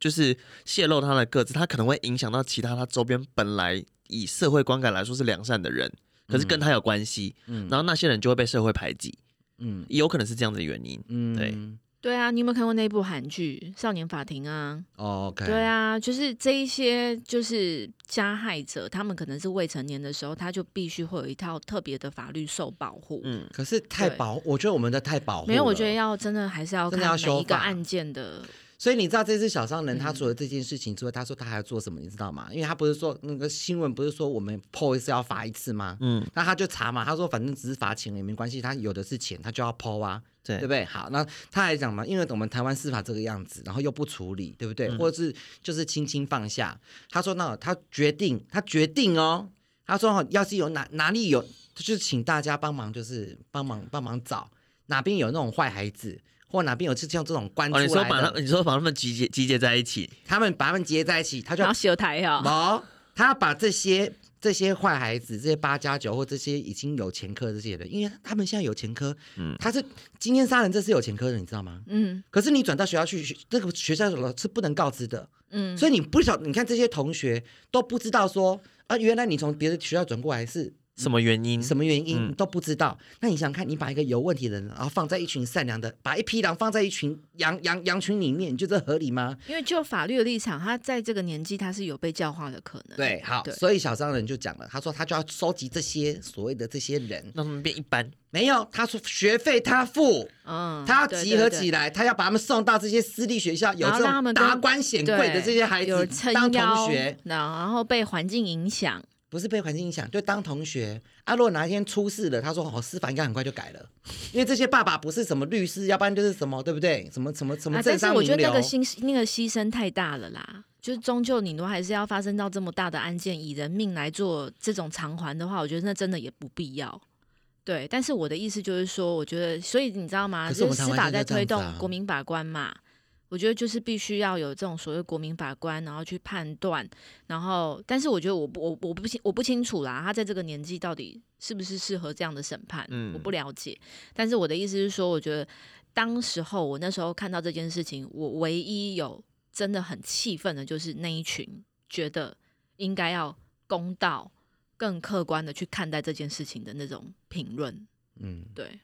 Speaker 4: 就是泄露他的个子，他可能会影响到其他他周边本来以社会观感来说是良善的人，可是跟他有关系，
Speaker 3: 嗯
Speaker 4: 然后那些人就会被社会排挤，
Speaker 3: 嗯
Speaker 4: 有可能是这样子的原因。
Speaker 3: 嗯
Speaker 4: 对
Speaker 2: 对啊，你有没有看过那部韩剧《少年法庭》啊？
Speaker 3: 哦 OK
Speaker 2: 对啊，就是这一些就是加害者，他们可能是未成年的时候，他就必须会有一套特别的法律受保护。
Speaker 4: 嗯，
Speaker 3: 可是太
Speaker 2: 对
Speaker 3: 保，我觉得我们的太保护
Speaker 2: 没有，我
Speaker 3: 了
Speaker 2: 觉得要真的还是要看
Speaker 3: 真的要
Speaker 2: 每
Speaker 3: 修
Speaker 2: 一个
Speaker 3: 法
Speaker 2: 案件的，
Speaker 3: 所以你知道这次小商人他
Speaker 2: 嗯
Speaker 3: 除了这件事情之外，他说他还要做什么，你知道吗？因为他不是说那个新闻不是说我们破一次要罚一次吗？
Speaker 4: 嗯，
Speaker 3: 那他就查嘛，他说反正只是罚钱也没关系，他有的是钱，他就要剖啊，
Speaker 4: 对
Speaker 3: 对不对？好，那他还讲嘛，因为我们台湾司法这个样子，然后又不处理，对不
Speaker 4: 嗯
Speaker 3: 对？或者是就是轻轻放下。他说那他决定，他决定哦，他说哦要是有哪哪里有，就是请大家帮忙，就是帮忙帮忙找哪边有那种坏孩子，或哪边有就像这种关出
Speaker 4: 哦，
Speaker 3: 来
Speaker 4: 你
Speaker 3: 的，
Speaker 4: 说把他，你说把他们集结集结在一起，
Speaker 3: 他们把他们结在一起，他就
Speaker 2: 然
Speaker 3: 要
Speaker 2: 后修台啊，
Speaker 3: 哦，他要把这些这些坏孩子、这些八加九或这些已经有前科的这些人，因为他们现在有前科，
Speaker 4: 嗯
Speaker 3: 他是今天杀人，这是有前科的，你知道吗？
Speaker 2: 嗯
Speaker 3: 可是你转到学校去，学那个学校是不能告知的，
Speaker 2: 嗯，
Speaker 3: 所以你不晓，你看这些同学都不知道说啊，原来你从别的学校转过来是
Speaker 4: 什么原因？
Speaker 3: 什
Speaker 4: 么？
Speaker 3: 么原因
Speaker 4: 嗯
Speaker 3: 你都不知道。那你想看，你把一个有问题的人，然后放在一群善良的，把一匹狼放在一群羊羊羊群里面，你觉得这合理吗？
Speaker 2: 因为就法律的立场，他在这个年纪他是有被教化的可能。
Speaker 3: 对，好，
Speaker 2: 对
Speaker 3: 所以小商人就讲了，他说他就要收集这些所谓的这些人，
Speaker 4: 让他们变一般，
Speaker 3: 没有，他说学费他付，
Speaker 2: 嗯，
Speaker 3: 他要
Speaker 2: 对
Speaker 3: 集合
Speaker 2: 对对
Speaker 3: 起来，他要把他们送到这些私立学校，有
Speaker 2: 然后
Speaker 3: 这
Speaker 2: 让他
Speaker 3: 种
Speaker 2: 们跟
Speaker 3: 达官显贵的
Speaker 2: 对
Speaker 3: 这些孩
Speaker 2: 有
Speaker 3: 子
Speaker 2: 撑
Speaker 3: 当
Speaker 2: 腰
Speaker 3: 同学，
Speaker 2: 然后被环境影响，
Speaker 3: 不是被环境影响，就当同学。啊，如果哪一天出事了，他说哦，司法应该很快就改了，因为这些爸爸不是什么律师，要不然就是什么，对不对？什么什么什么
Speaker 2: 啊，
Speaker 3: 政
Speaker 2: 但是
Speaker 3: 商
Speaker 2: 我觉
Speaker 3: 名
Speaker 2: 得
Speaker 3: 流。
Speaker 2: 那个牺那个牺牲太大了啦。就是终究你都还是要发生到这么大的案件，以人命来做这种偿还的话，我觉得那真的也不必要。对，但是我的意思就是说，我觉得，所以你知道吗？
Speaker 3: 可是
Speaker 2: 就
Speaker 3: 我们台
Speaker 2: 司
Speaker 3: 湾
Speaker 2: 法
Speaker 3: 现在
Speaker 2: 在
Speaker 3: 这样
Speaker 2: 推
Speaker 3: 子
Speaker 2: 动
Speaker 3: 啊
Speaker 2: 国民法官嘛，我觉得就是必须要有这种所谓国民法官，然后去判断，然后，但是我觉得我不我我不清我不清楚啦，他在这个年纪到底是不是适合这样的审判，
Speaker 4: 嗯
Speaker 2: 我不了解。但是我的意思是说，我觉得当时候我那时候看到这件事情，我唯一有真的很气愤的就是那一群觉得应该要公道、更客观的去看待这件事情的那种评论。
Speaker 3: 嗯，
Speaker 2: 对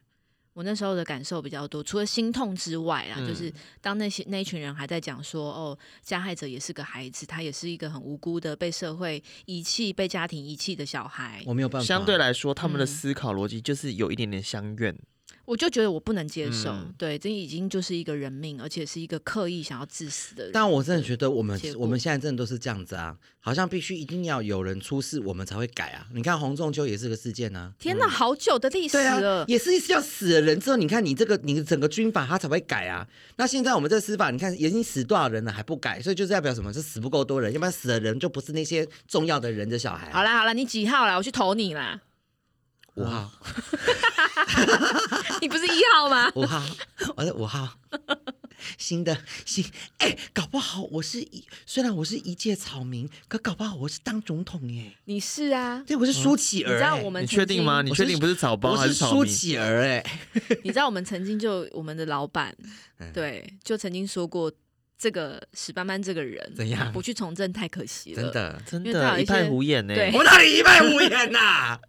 Speaker 2: 我那时候的感受比较多，除了心痛之外啦，就是当那些那一群人还在讲说，哦，加害者也是个孩子，他也是一个很无辜的被社会遗弃、被家庭遗弃的小孩，
Speaker 3: 我没有办法。
Speaker 4: 相对来说，他们的
Speaker 2: 嗯
Speaker 4: 思考逻辑就是有一点点相怨。
Speaker 2: 我就觉得我不能接受。
Speaker 4: 嗯
Speaker 2: 对，这已经就是一个人命，而且是一个刻意想要致死的人。
Speaker 3: 但我真的觉得我们
Speaker 2: 结果
Speaker 3: 我们现在真的都是这样子啊，好像必须一定要有人出事，我们才会改啊。你看洪仲秋也是个事件啊，
Speaker 2: 天哪，好久的历史
Speaker 3: 对啊
Speaker 2: 了，，
Speaker 3: 也是要死了人之后，你看你这个你整个军法他才会改啊。那现在我们这司法，你看已经死多少人了还不改，所以就是代表什么？是死不够多人，要不然死的人就不是那些重要的人的小孩。啊
Speaker 2: 好，啦好啦，你几号啦？我去投你啦。
Speaker 3: 五 号，
Speaker 2: 你不是一号吗？
Speaker 3: 五号，我的五号，新的新，哎、搞不好我是一，虽然我是一介草民，可搞不好我是当总统耶。
Speaker 2: 你是啊。
Speaker 3: 对，我是舒淇
Speaker 2: 你
Speaker 3: 儿、
Speaker 2: 知道我
Speaker 3: 哎
Speaker 2: 们
Speaker 4: 你
Speaker 2: 曾
Speaker 4: 确
Speaker 2: 经
Speaker 4: 定吗？？你
Speaker 3: 我
Speaker 4: 确
Speaker 3: 是
Speaker 4: 定不是草包
Speaker 3: 我
Speaker 4: 还
Speaker 3: 是
Speaker 4: 草
Speaker 3: 舒
Speaker 4: 民？
Speaker 3: 淇儿哎、
Speaker 2: 你知道我们曾经就我们的老板，
Speaker 4: 嗯
Speaker 2: 对，就曾经说过这个史班班这个人
Speaker 3: 怎样
Speaker 2: 不去从政太可惜了。
Speaker 3: 真，的，
Speaker 4: 真
Speaker 2: 因为他有
Speaker 4: 的，
Speaker 2: 一
Speaker 4: 一派
Speaker 2: 些
Speaker 4: 胡言呢、
Speaker 2: 对
Speaker 3: 我哪里一派胡言呐、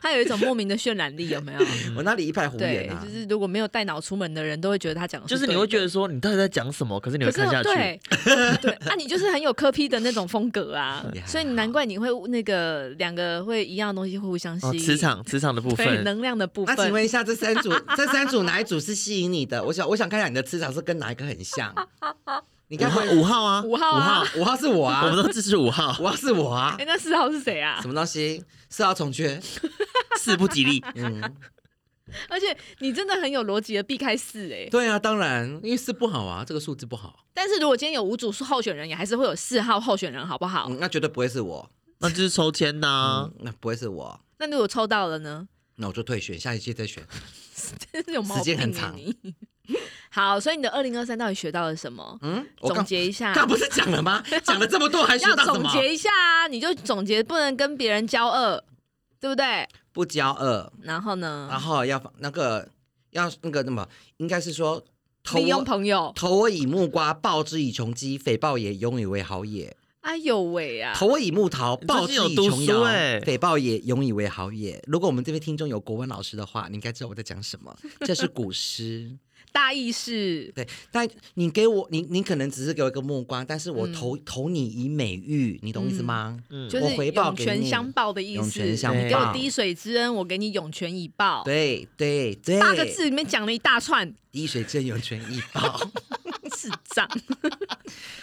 Speaker 2: 他有一种莫名的渲染力，有 没有？
Speaker 4: 嗯
Speaker 3: 我哪里一派胡
Speaker 2: 对
Speaker 3: 言，啊
Speaker 2: 就？是如果没有带脑出门的人，都会觉得他讲的
Speaker 4: 就是
Speaker 2: 对
Speaker 4: 你
Speaker 2: 的
Speaker 4: 会觉得说你到底在讲什么，可是你
Speaker 2: 可
Speaker 4: 会
Speaker 2: 是
Speaker 4: 看下去。
Speaker 2: 对 对，那、你就是很有科批的那种风格啊
Speaker 3: 也，还
Speaker 2: 所以你难怪你会那个两个会一样的东西会互相吸
Speaker 4: 哦，
Speaker 2: 引，
Speaker 4: 磁场磁场的部
Speaker 2: 对
Speaker 4: 分，
Speaker 2: 能量的部
Speaker 3: 那
Speaker 2: 分。
Speaker 3: 请问一下，这 三组这三组哪一组是吸引你的？我想我想看一下你的磁场是跟哪一个很 像。你
Speaker 4: 五
Speaker 3: 看
Speaker 4: 号五号啊，
Speaker 2: 五号啊，
Speaker 3: 五号是我
Speaker 4: 我们
Speaker 3: 啊，
Speaker 4: 都支持五号，
Speaker 3: 五号是我啊
Speaker 2: 哎、，那四号是谁啊
Speaker 3: 什？么东西？四号 重缺，
Speaker 4: 四不吉利。
Speaker 3: 嗯，
Speaker 2: 而且你真的很有逻辑的避开四哎、
Speaker 3: 对啊，当然，因为四不好啊，这个数字不好，
Speaker 2: 但是如果今天有五组是候选人，也还是会有四号候选人，好不好？
Speaker 3: 嗯，那绝对不会是我
Speaker 4: 那就是抽签呐、
Speaker 3: 啊，那不会是我，
Speaker 2: 那如果抽到了呢？
Speaker 3: 那我就退选，下一期再选。
Speaker 2: 真 是有毛病、欸、
Speaker 3: 时间很长
Speaker 2: 你。 好，所以你的二零二三到底学到了什么？
Speaker 3: 嗯，我
Speaker 2: 总
Speaker 3: 刚
Speaker 2: 结一下，
Speaker 3: 刚不是讲了吗？讲了这么多，还学
Speaker 2: 要
Speaker 3: 到什
Speaker 2: 总
Speaker 3: 么？
Speaker 2: 结一下啊！你就总结，不能跟别人交恶，对不对？
Speaker 3: 不骄傲，
Speaker 2: 然后呢？
Speaker 3: 然后要那个要那个什么，应该是说投
Speaker 2: 利用
Speaker 3: 我
Speaker 2: 朋友，
Speaker 3: 投我以木瓜，报之以穷饥，诽谤也，永以为好也。
Speaker 2: 哎呦喂啊！
Speaker 3: 投我以木桃，报之以
Speaker 4: 你最近有
Speaker 3: 琼
Speaker 4: 读
Speaker 3: 瑶
Speaker 4: 书，欸
Speaker 3: 诽谤也，永以为好也。如果我们这边听众有国文老师的话，你应该知道我在讲什 么。这是古诗，
Speaker 2: 大意是
Speaker 3: 对。但你给我，你你可能只是给我一个木瓜，但是我投、投你以美玉，你懂意思吗？
Speaker 4: 嗯
Speaker 2: 嗯就
Speaker 3: 我
Speaker 2: 是
Speaker 3: 回报
Speaker 2: 涌
Speaker 3: 给
Speaker 2: 泉
Speaker 3: 你
Speaker 2: 相报的意
Speaker 3: 涌
Speaker 2: 思，
Speaker 3: 泉相
Speaker 2: 你给我
Speaker 4: 报
Speaker 2: 滴水之恩，我给你涌泉以报。
Speaker 3: 对对对，
Speaker 2: 八个字里面讲了一大串，
Speaker 3: 滴水之恩涌泉以报。
Speaker 2: 智 障。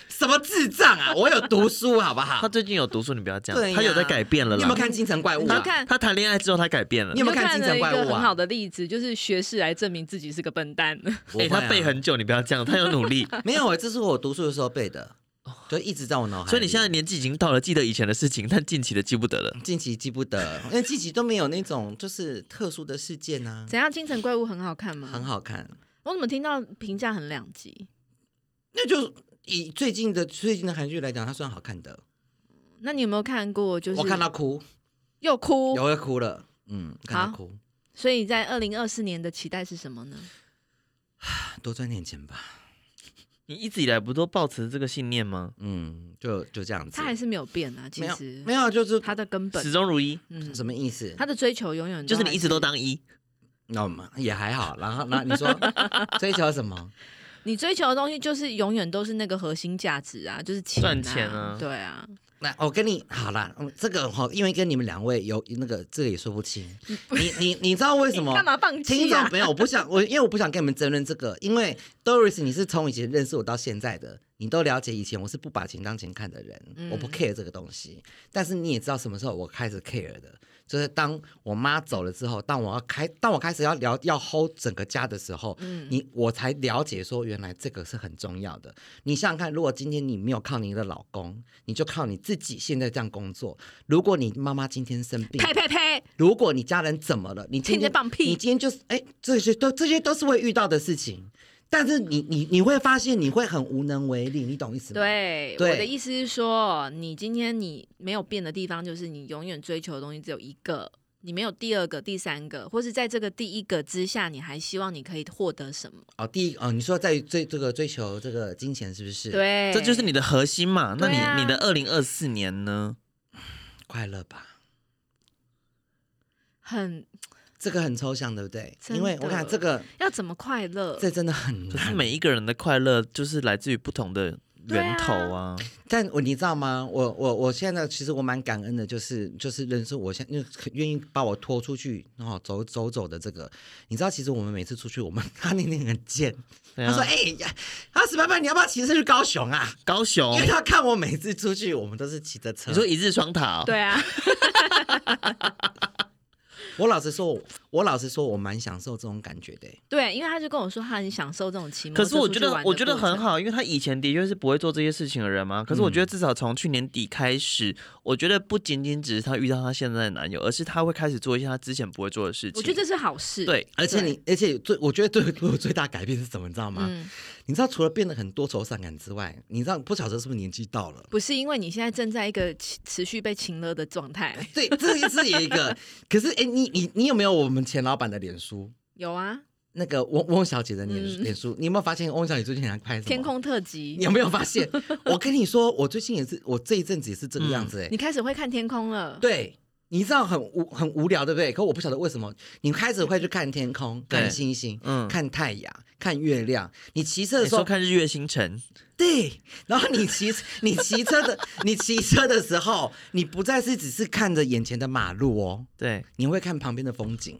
Speaker 3: 什么智障啊！我有读书，好不好
Speaker 4: 他？最近有读书，你不要这样，
Speaker 3: 对呀
Speaker 4: 他有在改变了
Speaker 3: 你
Speaker 4: 啦。
Speaker 3: 有没有看《京城怪物》
Speaker 2: 你
Speaker 3: 啊？
Speaker 2: 就看
Speaker 4: 他谈恋爱之后，他改变了
Speaker 3: 你。有没有
Speaker 2: 就
Speaker 3: 看
Speaker 2: 看
Speaker 3: 《
Speaker 2: 了
Speaker 3: 精神
Speaker 2: 一
Speaker 3: 怪物
Speaker 2: 个》很好
Speaker 3: 啊？
Speaker 2: 的例子，就是学士来证明自己是个笨蛋。
Speaker 3: 我会
Speaker 4: 哎、
Speaker 3: 啊
Speaker 4: 他背很久，你不要这样，他有努 力。
Speaker 3: 没有，这是我读书的时候背的，就一直在我脑海里。
Speaker 4: 所以你现在年纪已经到了，记得以前的事情，但近期的记不得了。
Speaker 3: 近期记不得，因为近期都没有那种就是特殊的事件啊，
Speaker 2: 怎样？京城怪物很好看吗？
Speaker 3: 很。好看。
Speaker 2: 我怎么听到评价很两极？
Speaker 3: 那就以最近的最近的韩剧来讲，它算好看的。
Speaker 2: 那你有没有看过？就是
Speaker 3: 我看到哭，
Speaker 2: 又哭
Speaker 3: 有，会哭了。嗯，看到哭，
Speaker 2: 所以在二零二四年的期待是什么呢？
Speaker 3: 多赚点钱吧。
Speaker 4: 你一直以来不都抱持这个信念吗？
Speaker 3: 嗯，就就这样子
Speaker 2: 他。还是没有变啊，其
Speaker 3: 没有
Speaker 2: 实
Speaker 3: 没有，就是
Speaker 2: 他的根本
Speaker 4: 始，终如一，
Speaker 2: 嗯，
Speaker 3: 什么意思？
Speaker 2: 他的追求永远
Speaker 4: 就是
Speaker 2: 还
Speaker 4: 你一直都，当一，
Speaker 3: 那我们也还好。然后，那你 说追求什么？
Speaker 2: 你追求的东西就是永远都是那个核心价值啊，就是钱、
Speaker 4: 赚钱啊
Speaker 2: 对啊，
Speaker 3: 那我跟你好啦，嗯这个哈，因为跟你们两位有那个，这个也说不清。你你你知道为什么？
Speaker 2: 嗯 你干嘛放
Speaker 3: 听
Speaker 2: 弃
Speaker 3: 众
Speaker 2: 啊？
Speaker 3: 朋友，我不想我，因为我不想跟你们争论这个，因为 Doris 你是从以前认识我到现在的，你都了解以前我是不把钱当钱看的人，我不 care 这个东西。但是你也知道什么时候我开始 care 的，就是当我妈走了之后，当我要开，当我开始要聊要 hold 整个家的时候，你我才了解说原来这个是很重要的。你想想看，如果今天你没有靠你的老公，你就靠你自己现在这样工作，如果你妈妈今天生病，
Speaker 2: 呸呸呸！
Speaker 3: 如果你家人怎么了，你今
Speaker 2: 听你
Speaker 3: 天
Speaker 2: 放屁
Speaker 3: 你今天就是哎，这些都这些都是会遇到的事情，但是你你你会发现你会很无能为力，你懂意思吗？，
Speaker 2: 对，
Speaker 3: 对
Speaker 2: 我的意思是说，你今天你没有变的地方，就是你永远追求的东西只有一个，你没有第二个、第三个，或是在这个第一个之下，你还希望你可以获得什么？
Speaker 3: 哦，第一哦，你说在追这个追求这个金钱是不是？，
Speaker 2: 对，
Speaker 4: 这就是你的核心嘛。那
Speaker 2: 对啊
Speaker 4: 你你的二零二四年呢？
Speaker 3: 快乐吧，
Speaker 2: 很
Speaker 3: 这个很抽象，对不对？
Speaker 2: 真的
Speaker 3: 因为我看这个
Speaker 2: 要怎么快乐？
Speaker 3: 这真的很
Speaker 4: 就
Speaker 3: 难，
Speaker 4: 是每一个人的快乐，就是来自于不同的源头啊。
Speaker 3: 但我你知道吗？我我我现在其实我蛮感恩的，就是就是认识我现在愿意把我拖出去，然、后走走走的这个，你知道，其实我们每次出去，我们 他那天很贱，
Speaker 4: 对啊
Speaker 3: 他说：“哎、呀，他史伯伯，你要不要骑车去高雄啊？
Speaker 4: 高雄
Speaker 3: 因为，他看我每次出去，我们都是骑着车。
Speaker 4: 你说一日双塔、哦，
Speaker 2: 对啊，
Speaker 3: 我老实说，我老实说，我蛮享受这种感觉的、
Speaker 2: 对，因为他就跟我说他很享受这种骑摩
Speaker 4: 可
Speaker 2: 托
Speaker 4: 是
Speaker 2: 车
Speaker 4: 我
Speaker 2: 出
Speaker 4: 觉
Speaker 2: 去
Speaker 4: 得
Speaker 2: 玩，的
Speaker 4: 我觉得
Speaker 2: 过程
Speaker 4: 很。好，因为他以前的确是不会做这些事情的人嘛。可是我觉得至少从去年底开始，我觉得不仅仅只是她遇到她现在的男友，而是她会开始做一些她之前不会做的事情。
Speaker 2: 我觉得这是好事。
Speaker 4: 对，
Speaker 3: 而且你，而且最，我觉得对对我最大改变是什么，你知道吗？
Speaker 2: 嗯，
Speaker 3: 你知道，除了变得很多愁善感之外，你知道不晓得是不是年纪到了？
Speaker 2: 不是因为你现在正在一个持持续被情勒的状态，
Speaker 3: 对，这也是一个。可是，哎，你你你有没有我们前老板的脸书？
Speaker 2: 有啊，
Speaker 3: 那个翁翁小姐的脸、
Speaker 2: 嗯
Speaker 3: 脸书，你有没有发现翁小姐最近很爱拍什么？
Speaker 2: 天空特
Speaker 3: 你
Speaker 2: 辑，
Speaker 3: 有没有发现？我跟你说，我最近也是，我这一阵子也是这个样子哎、
Speaker 2: 你开始会看天空了。
Speaker 3: 对，你知道很无很无聊，对不对？可我不晓得为什么，你开始会去看天空、
Speaker 4: 对
Speaker 3: 看星星、
Speaker 4: 嗯
Speaker 3: 看太阳、看月亮。你骑车的
Speaker 4: 你
Speaker 3: 时候
Speaker 4: 说，看日月星辰，
Speaker 3: 对，然后你骑你骑车的你骑车的时候，你不再是只是看着眼前的马路哦，
Speaker 4: 对，
Speaker 3: 你会看旁边的风景。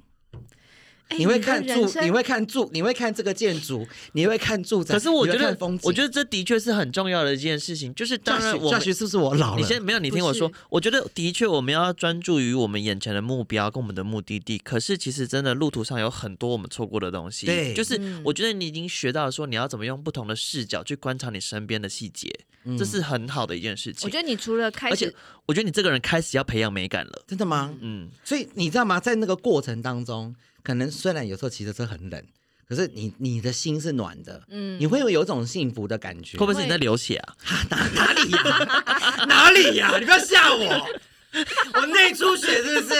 Speaker 2: 哎，的
Speaker 3: 会看
Speaker 2: 人
Speaker 3: 住，
Speaker 2: 生
Speaker 3: 你会看住，你会看这个建筑，你会看住宅。
Speaker 4: 可是我觉
Speaker 3: 你会
Speaker 4: 得
Speaker 3: 看风景，
Speaker 4: 我觉得这的确是很重要的一件事情，就是当然我
Speaker 3: 教
Speaker 4: 们。
Speaker 3: 学是不是我老了？
Speaker 4: 你先没有，你
Speaker 2: 不
Speaker 4: 听我说
Speaker 2: 是，
Speaker 4: 我觉得的确我们要专注于我们眼前的目标跟我们的目的地。可是其实真的路途上有很多我们错过的东西。
Speaker 3: 对
Speaker 4: 就是
Speaker 2: 嗯
Speaker 4: 我觉得你已经学到说你要怎么用不同的视角去观察你身边的细节，
Speaker 3: 嗯
Speaker 4: 这是很好的一件事情。
Speaker 2: 我觉得你除了开
Speaker 4: 而
Speaker 2: 始
Speaker 4: 且我觉得你这个人开始要培养美感了。
Speaker 3: 真的吗？
Speaker 4: 嗯，
Speaker 3: 所以你知道吗？在那个过程当中，可能虽然有时候骑着车很冷，可是你你的心是暖的，嗯，你会有一种幸福的感觉。
Speaker 4: 会不会是你在流血啊？
Speaker 3: 哪里呀、哪里呀、你不要吓我， 我内出血是不是？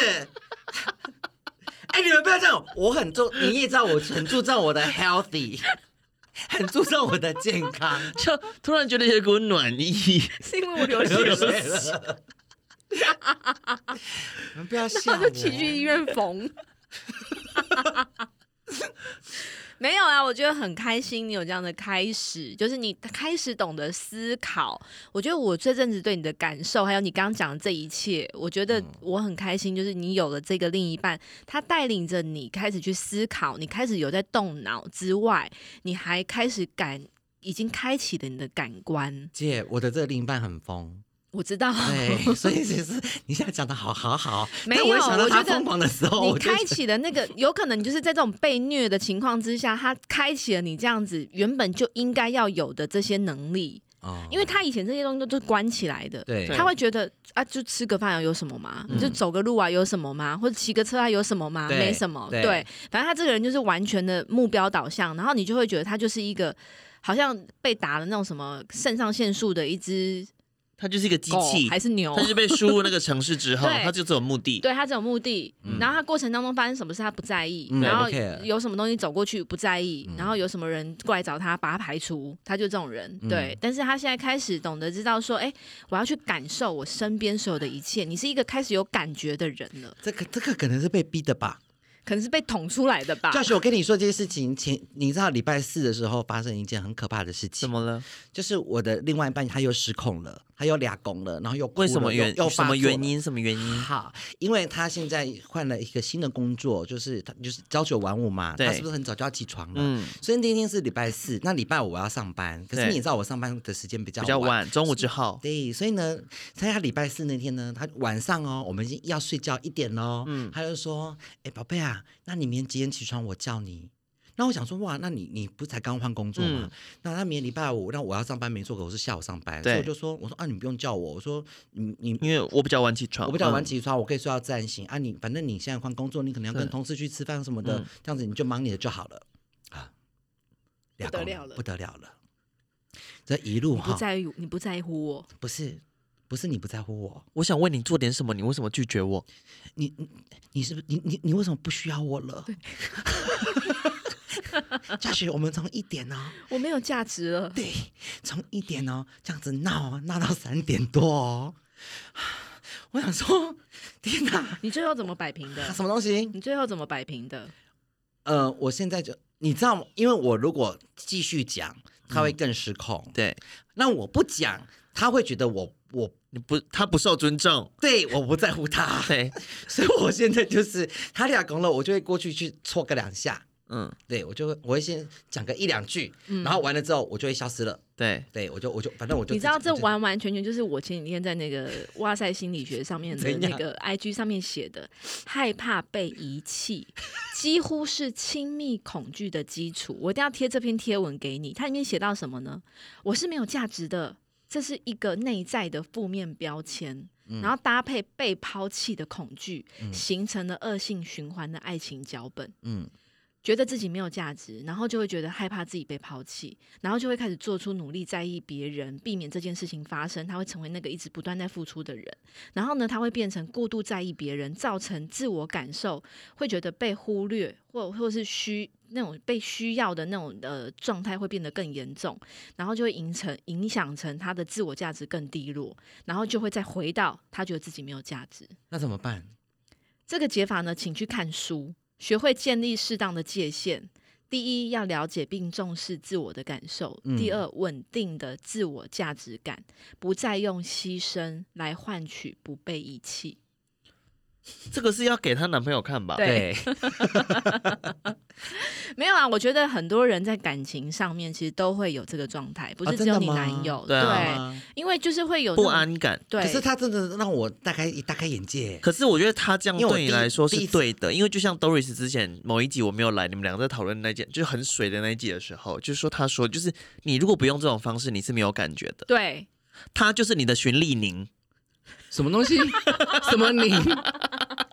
Speaker 3: 哎、你们不要这样，我很重，你也知道我很注重我的 healthy，很注重我的健康。
Speaker 4: 就突然觉得有股暖意，
Speaker 2: 是因为我 流血了，
Speaker 3: 了， 你们不要吓
Speaker 2: 然后
Speaker 3: 我
Speaker 2: 就。骑去医院缝。 没有啊，我觉得很开心，你有这样的开始，就是你开始懂得思考。我觉得我这阵子对你的感受，还有你刚刚讲的这一切，我觉得我很开心，就是你有了这个另一半，他带领着你开始去思考，你开始有在动脑之外，你还开始感，已经开启了你的感官。
Speaker 3: 姐，我的这个另一半很疯，
Speaker 2: 我知道，
Speaker 3: 对，所以其实你现在讲的好好好，
Speaker 2: 没有
Speaker 3: 但我一想到
Speaker 2: 我
Speaker 3: 他
Speaker 2: 觉得
Speaker 3: 疯狂的时候，
Speaker 2: 你
Speaker 3: 我就
Speaker 2: 开启了那个，有可能你就是在这种被虐的情况之下，他开启了你这样子原本就应该要有的这些能力，
Speaker 3: 哦
Speaker 2: 因为他以前这些东西都都关起来的。
Speaker 3: 对
Speaker 2: 他会觉得啊，就吃个饭啊有什么吗？
Speaker 3: 嗯
Speaker 2: 就走个路啊有什么吗？或者骑个车啊有什么吗？
Speaker 3: 对
Speaker 2: 没什么。
Speaker 3: 对
Speaker 2: 对，反正他这个人就是完全的目标导向，然后你就会觉得他就是一个好像被打了那种什么肾上腺素的一只
Speaker 4: 它就是一个机
Speaker 2: 狗
Speaker 4: 器，
Speaker 2: 还是 牛
Speaker 4: 它？是被输入那个城市之后，
Speaker 2: 哦对
Speaker 4: 它就只有目的。
Speaker 2: 对他只有目的，然后他过程当中发生什么事他不在意，
Speaker 3: 嗯
Speaker 2: 然后
Speaker 3: 不 care 嗯
Speaker 2: 有什么东西走过去不在意，然后有什么人过来找他把他排除，他就这种人。
Speaker 3: 嗯
Speaker 2: 对，但是他现在开始懂得知道说，哎，我要去感受我身边所有的一切。你是一个开始有感觉的人了，
Speaker 3: 这个这个可能是被逼的吧。
Speaker 2: 可能是被捅出来的
Speaker 4: 啊
Speaker 2: 吧？
Speaker 3: 教学，我跟你说这件事情前，你知道礼拜四的时候发生一件很可怕的事
Speaker 4: 怎
Speaker 3: 情，
Speaker 4: 么了？
Speaker 3: 就是我的另外一半他又失控了，他又俩拱了，然后又哭了
Speaker 4: 为什么原
Speaker 3: 又又
Speaker 4: 什么
Speaker 3: 发作了
Speaker 4: 原因？什么原因？
Speaker 3: 好，因为他现在换了一个新的工作，就是他就是朝九晚五嘛，
Speaker 4: 对
Speaker 3: 他是不是很早就要起床了？
Speaker 4: 嗯，
Speaker 3: 所以那天是礼拜四，那礼拜五我要上班，可是
Speaker 4: 对
Speaker 3: 你也知道我上班的时间比较
Speaker 4: 比较晚，中午之后，
Speaker 3: 对，所以呢，在他礼拜四那天呢，他晚上哦，我们已经要睡觉一点喽，嗯，他就说，哎，宝贝啊，那你明天几点起床？我叫你。那我想说，哇，那你你不才刚换工作吗？
Speaker 4: 嗯
Speaker 3: 那他明天礼拜五，那我要上班没做，可我是下午上班，
Speaker 4: 对
Speaker 3: 所以我就说，我说啊，你不用叫我，我说你你
Speaker 4: 因为我比较晚起床，
Speaker 3: 我比较晚
Speaker 4: 嗯，
Speaker 3: 起床，我可以睡到自然醒啊你。反正你现在换工作，你可能要跟
Speaker 4: 是
Speaker 3: 同事去吃饭什么的，
Speaker 4: 嗯
Speaker 3: 这样子你就忙你的就好了啊。
Speaker 2: 不
Speaker 3: 俩
Speaker 2: 得
Speaker 3: 公
Speaker 2: 了了
Speaker 3: 不得了了！这一路
Speaker 2: 你不
Speaker 3: 哈，
Speaker 2: 在乎，你不在乎我，
Speaker 3: 不是不是你不在乎我，
Speaker 4: 嗯我想为你做点什么，你为什么拒绝我？
Speaker 3: 你你你是不是你你你为什么不需要我了？嘉许，我们从一点哦，
Speaker 2: 我没有价值了。
Speaker 3: 对，从一点哦，这样子闹哦，闹到三点多哦。 我想说，天哪，
Speaker 2: 你最后怎么摆平的？
Speaker 3: 什么东西？
Speaker 2: 你最后怎么摆平的？
Speaker 3: 呃，我现在就你知道吗，因为我如果继续讲，他会更失控。
Speaker 4: 对，
Speaker 3: 那我不讲，他会觉得我我
Speaker 4: 你不，他不受尊重，
Speaker 3: 对我不在乎他，
Speaker 4: 对，
Speaker 3: 所以我现在就是他俩拱了，我就会过去去戳个两下。
Speaker 4: 嗯，
Speaker 3: 对，我就会我会先讲个一两句，然后完了之后我就会消失了。
Speaker 4: 对，
Speaker 3: 对，我就我就反正我
Speaker 2: 嗯
Speaker 3: 就
Speaker 2: 你知道
Speaker 3: 自己
Speaker 2: 这
Speaker 3: 我就
Speaker 2: 完完全全就是我前几天在那个哇塞心理学上面的
Speaker 3: 怎
Speaker 2: 那
Speaker 3: 样
Speaker 2: 个 IG 上面写的，害怕被遗弃，几乎是亲密恐惧的基础。我一定要贴这篇贴文给你，它里面写到什么呢？我是没有价值的，这是一个内在的负面标签。
Speaker 3: 嗯
Speaker 2: 然后搭配被抛弃的恐惧，形成了恶性循环的爱情脚本。
Speaker 3: 嗯
Speaker 2: 觉得自己没有价值，然后就会觉得害怕自己被抛弃，然后就会开始做出努力在意别人，避免这件事情发生。他会成为那个一直不断在付出的人，然后呢，他会变成过度在意别人，造成自我感受会觉得被忽略，或或是需那种被需要的那种呃状态会变得更严重，然后就会影成影响成他的自我价值更低落，然后就会再回到他觉得自己没有价值。
Speaker 3: 那怎么办？
Speaker 2: 这个解法呢，请去看书，学会建立适当的界限。第一，要了解并重视自我的感受；第二，稳定的自我价值感，不再用牺牲来换取不被遗弃。
Speaker 4: 这个是要给她男朋友看吧？
Speaker 2: 对，没有啊，我觉得很多人在感情上面其实都会有这个状态，不
Speaker 3: 啊
Speaker 2: 是只有
Speaker 3: 真的
Speaker 2: 你
Speaker 3: 吗
Speaker 2: 男友，
Speaker 4: 对啊
Speaker 3: 啊
Speaker 2: 因为就是会有那
Speaker 4: 不
Speaker 2: 种。
Speaker 4: 安感。
Speaker 2: 对，
Speaker 3: 可是他真的让我大开大开眼界。
Speaker 4: 可是我觉得他这样
Speaker 3: 因为我
Speaker 4: 对你
Speaker 3: 第一
Speaker 4: 来说
Speaker 3: 第
Speaker 4: 是
Speaker 3: 一次
Speaker 4: 对的，因为就像 Doris 之前某一集我没有来，你们两个在讨论那件就是很水的那一集的时候，就是说他说就是你如果不用这种方式，你是没有感觉的，
Speaker 2: 对，
Speaker 4: 他就是你的循例宁，
Speaker 3: 什么东西？什么你？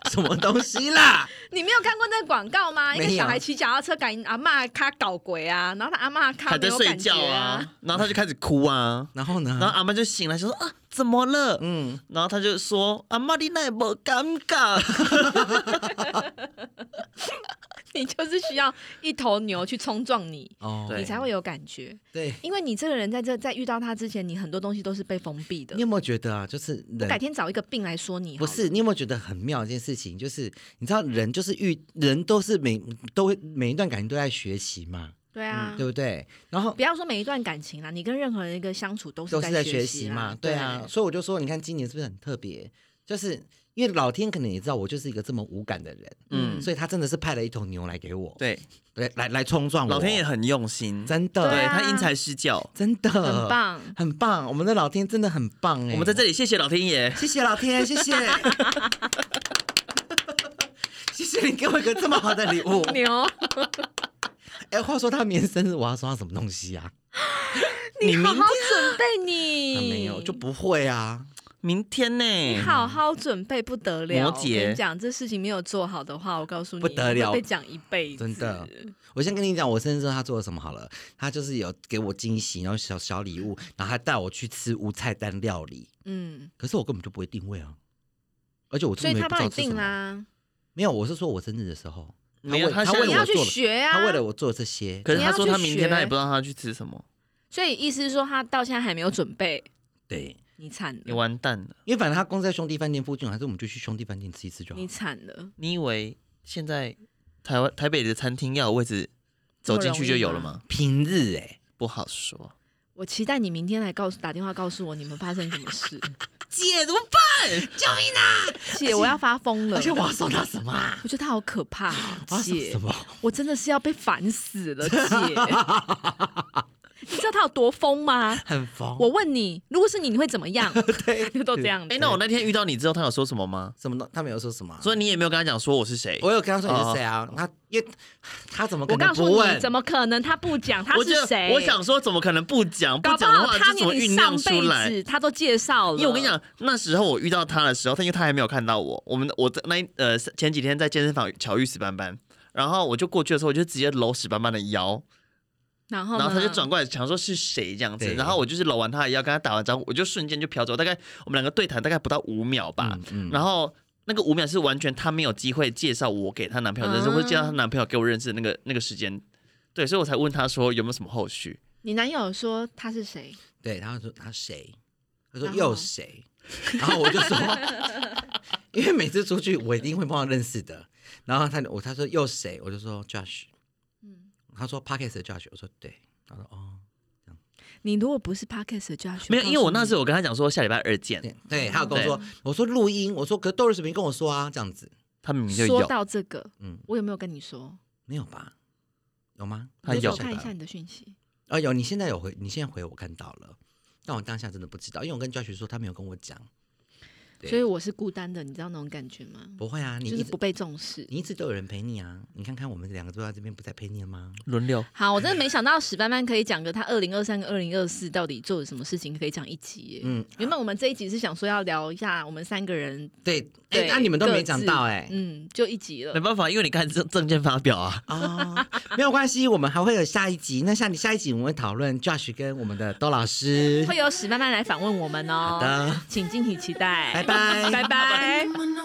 Speaker 3: 什么东西啦？
Speaker 2: 你没有看过那个广告吗？一个
Speaker 3: 没有
Speaker 2: 小孩骑脚踏车赶阿嬷卡搞鬼啊，然后他阿嬷卡
Speaker 4: 还
Speaker 2: 没
Speaker 4: 在
Speaker 2: 有
Speaker 4: 睡
Speaker 2: 感觉
Speaker 4: 觉啊，然后他就开始哭啊，
Speaker 3: 然后
Speaker 4: 然后
Speaker 3: 呢？
Speaker 4: 阿妈就醒来就说啊怎么了？
Speaker 3: 嗯，
Speaker 4: 然后他就说阿妈你那不尴尬，
Speaker 2: 你就是需要一头牛去冲撞你，
Speaker 3: 哦，
Speaker 4: 对
Speaker 2: 你才会有感觉。
Speaker 3: 对，
Speaker 2: 因为你这个人在这在遇到他之前，你很多东西都是被封闭的
Speaker 3: 你。有没有觉得啊，就是
Speaker 2: 我改
Speaker 3: 人
Speaker 2: 天找一个病来说你好
Speaker 3: 不
Speaker 2: 了，
Speaker 3: 是？你有没有觉得很妙一件事情？就是你知道，人就是遇人都是每都会每一段感情都在学习嘛，
Speaker 2: 对啊，
Speaker 3: 对不对？然后
Speaker 2: 不要说每一段感情啦，你跟任何人一个相处都是
Speaker 3: 都是在学
Speaker 2: 习
Speaker 3: 习
Speaker 2: 啦
Speaker 3: 嘛，对啊，，所以我就说，你看今年是不是很特别？就是因为老天可能也知道我就是一个这么无感的人，
Speaker 2: 嗯
Speaker 3: 所以他真的是派了一头牛来给我，
Speaker 4: 对，
Speaker 3: 来来来冲撞我，
Speaker 4: 老天也很用心，对
Speaker 3: 真
Speaker 2: 对
Speaker 3: 的
Speaker 2: 啊
Speaker 4: 他因材施教，
Speaker 3: 真的
Speaker 2: 很， 棒。
Speaker 3: 很棒，我们的老天真的很棒哎，
Speaker 4: 我们在这里谢谢老天爷，
Speaker 3: 谢谢老天，谢 谢，谢谢你给我一个这么好的礼物。
Speaker 2: 牛，
Speaker 3: 哎，话说他明天生日，我要送他什么东西啊？
Speaker 2: 你好好准备你，
Speaker 3: 啊没有就不会啊，啊
Speaker 4: 明天呢、
Speaker 2: 你好好准备不得了，
Speaker 4: 摩
Speaker 2: 我跟
Speaker 4: 羯
Speaker 2: 你讲，这事情没有做好的话，我告诉你
Speaker 3: 不得了
Speaker 2: 会被讲一辈子。
Speaker 3: 真的我先跟你讲，我生日之后他做了什么好了。他就是有给我惊喜，然后小小礼物，然后还带我去吃无菜单料理。
Speaker 2: 嗯，
Speaker 3: 可是我根本就不会定位啊，而且我
Speaker 2: 所
Speaker 3: 根
Speaker 2: 以
Speaker 3: 本
Speaker 2: 他
Speaker 3: 不
Speaker 2: 帮
Speaker 3: 知道
Speaker 2: 你
Speaker 3: 吃什
Speaker 2: 定
Speaker 3: 么。
Speaker 2: 啦，
Speaker 3: 没有，我是说我生日的时候，
Speaker 4: 没有
Speaker 3: 他为
Speaker 4: 他
Speaker 3: 他
Speaker 4: 现在
Speaker 3: 为
Speaker 2: 你
Speaker 3: 了
Speaker 2: 要
Speaker 3: 我
Speaker 2: 去
Speaker 3: 做了，
Speaker 2: 学啊。
Speaker 3: 他为了我做这些。
Speaker 4: 可是他
Speaker 2: 你要
Speaker 4: 说
Speaker 2: 去
Speaker 4: 他明天他也
Speaker 2: 学
Speaker 4: 不知道他要去吃什么，
Speaker 2: 所以意思是说他到现在还没有准备，
Speaker 3: 对，
Speaker 2: 你惨
Speaker 4: 你
Speaker 2: 了，
Speaker 4: 完蛋了。
Speaker 3: 因为反正他公司在兄弟饭店附近，还是我们就去兄弟饭店吃一次
Speaker 4: 啊
Speaker 3: 就好
Speaker 2: 你
Speaker 3: 了。
Speaker 2: 惨了，
Speaker 4: 你以为现在台湾台北的餐厅要有位置走进去就有了
Speaker 2: 这么容
Speaker 4: 吗？
Speaker 3: 平日哎、
Speaker 4: 不好说。
Speaker 2: 我期待你明天来告诉打电话告诉我你们发生什么 事，
Speaker 4: 姐怎么办？
Speaker 2: 姐，我要发疯了
Speaker 3: 而。且我要送他什么、啊？
Speaker 2: 我觉得他好可 怕、啊，
Speaker 3: 我要送
Speaker 2: 姐
Speaker 3: 什，么？
Speaker 2: 我真的是要被烦死了，姐。你知道他有多疯吗？
Speaker 4: 哦
Speaker 3: 很疯。
Speaker 2: 我问你，如果是你，你会怎么 样？对， 就都这样子。
Speaker 4: 哎、那我那天遇到你之后，他有说什么吗？
Speaker 3: 什么呢？他没有说什么啊、
Speaker 4: 所以你也哦没有跟他讲说我是谁。
Speaker 3: 我有跟他说你是谁啊？他因为他怎么可
Speaker 2: 我
Speaker 3: 能
Speaker 2: 告
Speaker 3: 不
Speaker 2: 诉
Speaker 3: 问？
Speaker 2: 你，怎么可能？他不讲他
Speaker 4: 我觉
Speaker 2: 是
Speaker 4: 得
Speaker 2: 谁？
Speaker 4: 我想说，怎么可能不讲？
Speaker 2: 搞不
Speaker 4: 讲的
Speaker 2: 好
Speaker 4: 话，
Speaker 2: 他
Speaker 4: 这怎么
Speaker 2: 连
Speaker 4: 酝
Speaker 2: 你
Speaker 4: 酿
Speaker 2: 上
Speaker 4: 出来
Speaker 2: 辈？子他都介绍了。
Speaker 4: 因为我跟你，讲，那时候我遇到他的时候，他因为他还没有看到我，我们我在那一呃前几天在健身房巧遇史斑斑，然后我就过去的时候，我就直接搂史斑斑的腰，
Speaker 2: 然后
Speaker 4: 然
Speaker 2: 呢
Speaker 4: 后他就转过来想说是谁这样子，
Speaker 3: 对
Speaker 4: 然后我就是搂完他的腰，跟他打完招呼，我就瞬间就飘走，大概我们两个对谈大概不到五秒吧，
Speaker 3: 嗯
Speaker 4: 然后。那个五秒是完全她没有机会介绍我给她男朋友认识，
Speaker 2: 啊
Speaker 4: 或者介绍她男朋友给我认识的那个那个时间，对，所以我才问她说有没有什么后续。
Speaker 2: 你男友说他是谁？
Speaker 3: 对，他说他谁？他说
Speaker 2: 然后
Speaker 3: 又谁？然后我就说， 因为每次出去我一定会碰到认识的。然后他我他说又谁？我就说 Josh。
Speaker 2: 嗯
Speaker 3: 他说 Pockets 的 Josh。我说对。他说哦，
Speaker 2: 你如果不是 podcast 就要去
Speaker 4: 没有，因为我那时
Speaker 2: 候
Speaker 4: 候我跟她讲说下礼拜二见，
Speaker 3: 对对，他有跟我说，我说录音，我说可是 Doris 没跟我说啊，这样子
Speaker 4: 他明明就
Speaker 2: 说
Speaker 4: 有。
Speaker 2: 到这个，
Speaker 3: 嗯
Speaker 2: 我有没有跟你说？
Speaker 3: 没有吧？有吗？
Speaker 4: 他
Speaker 2: 你
Speaker 4: 有
Speaker 2: 说看一下你的讯息。
Speaker 3: 啊，有，你现在有回，你现在回我看到了，但我当下真的不知道，因为我跟 Josh 说他没有跟我讲，对
Speaker 2: 所以我是孤单的，你知道那种感觉吗？
Speaker 3: 不会啊，你
Speaker 2: 就
Speaker 3: 一
Speaker 2: 是
Speaker 3: 直
Speaker 2: 不被重视。
Speaker 3: 你一直都有人陪你啊，你看看我们两个坐在这边不在陪你了吗？
Speaker 4: 轮流，
Speaker 2: 好，我真的没想到史班班可以讲个他二零二三跟二零二四到底做了什么事情，可以讲一集耶。
Speaker 3: 嗯，
Speaker 2: 原本我们这一集是想说要聊一下我们三个人，
Speaker 3: 对，哎、
Speaker 2: 对
Speaker 3: 那、你们都没讲到哎、
Speaker 2: 嗯，就一集
Speaker 4: 没
Speaker 2: 了。
Speaker 4: 办法，因为你看证证件发表啊，
Speaker 3: 哦，没有关系，我们还会有下一集。那下下一集我们会讨论 Josh 跟我们的窦老师。
Speaker 2: 会有史班班来访问我们哦，
Speaker 3: 好的，
Speaker 2: 请敬请期待，
Speaker 3: 拜拜
Speaker 2: 拜拜。
Speaker 1: In the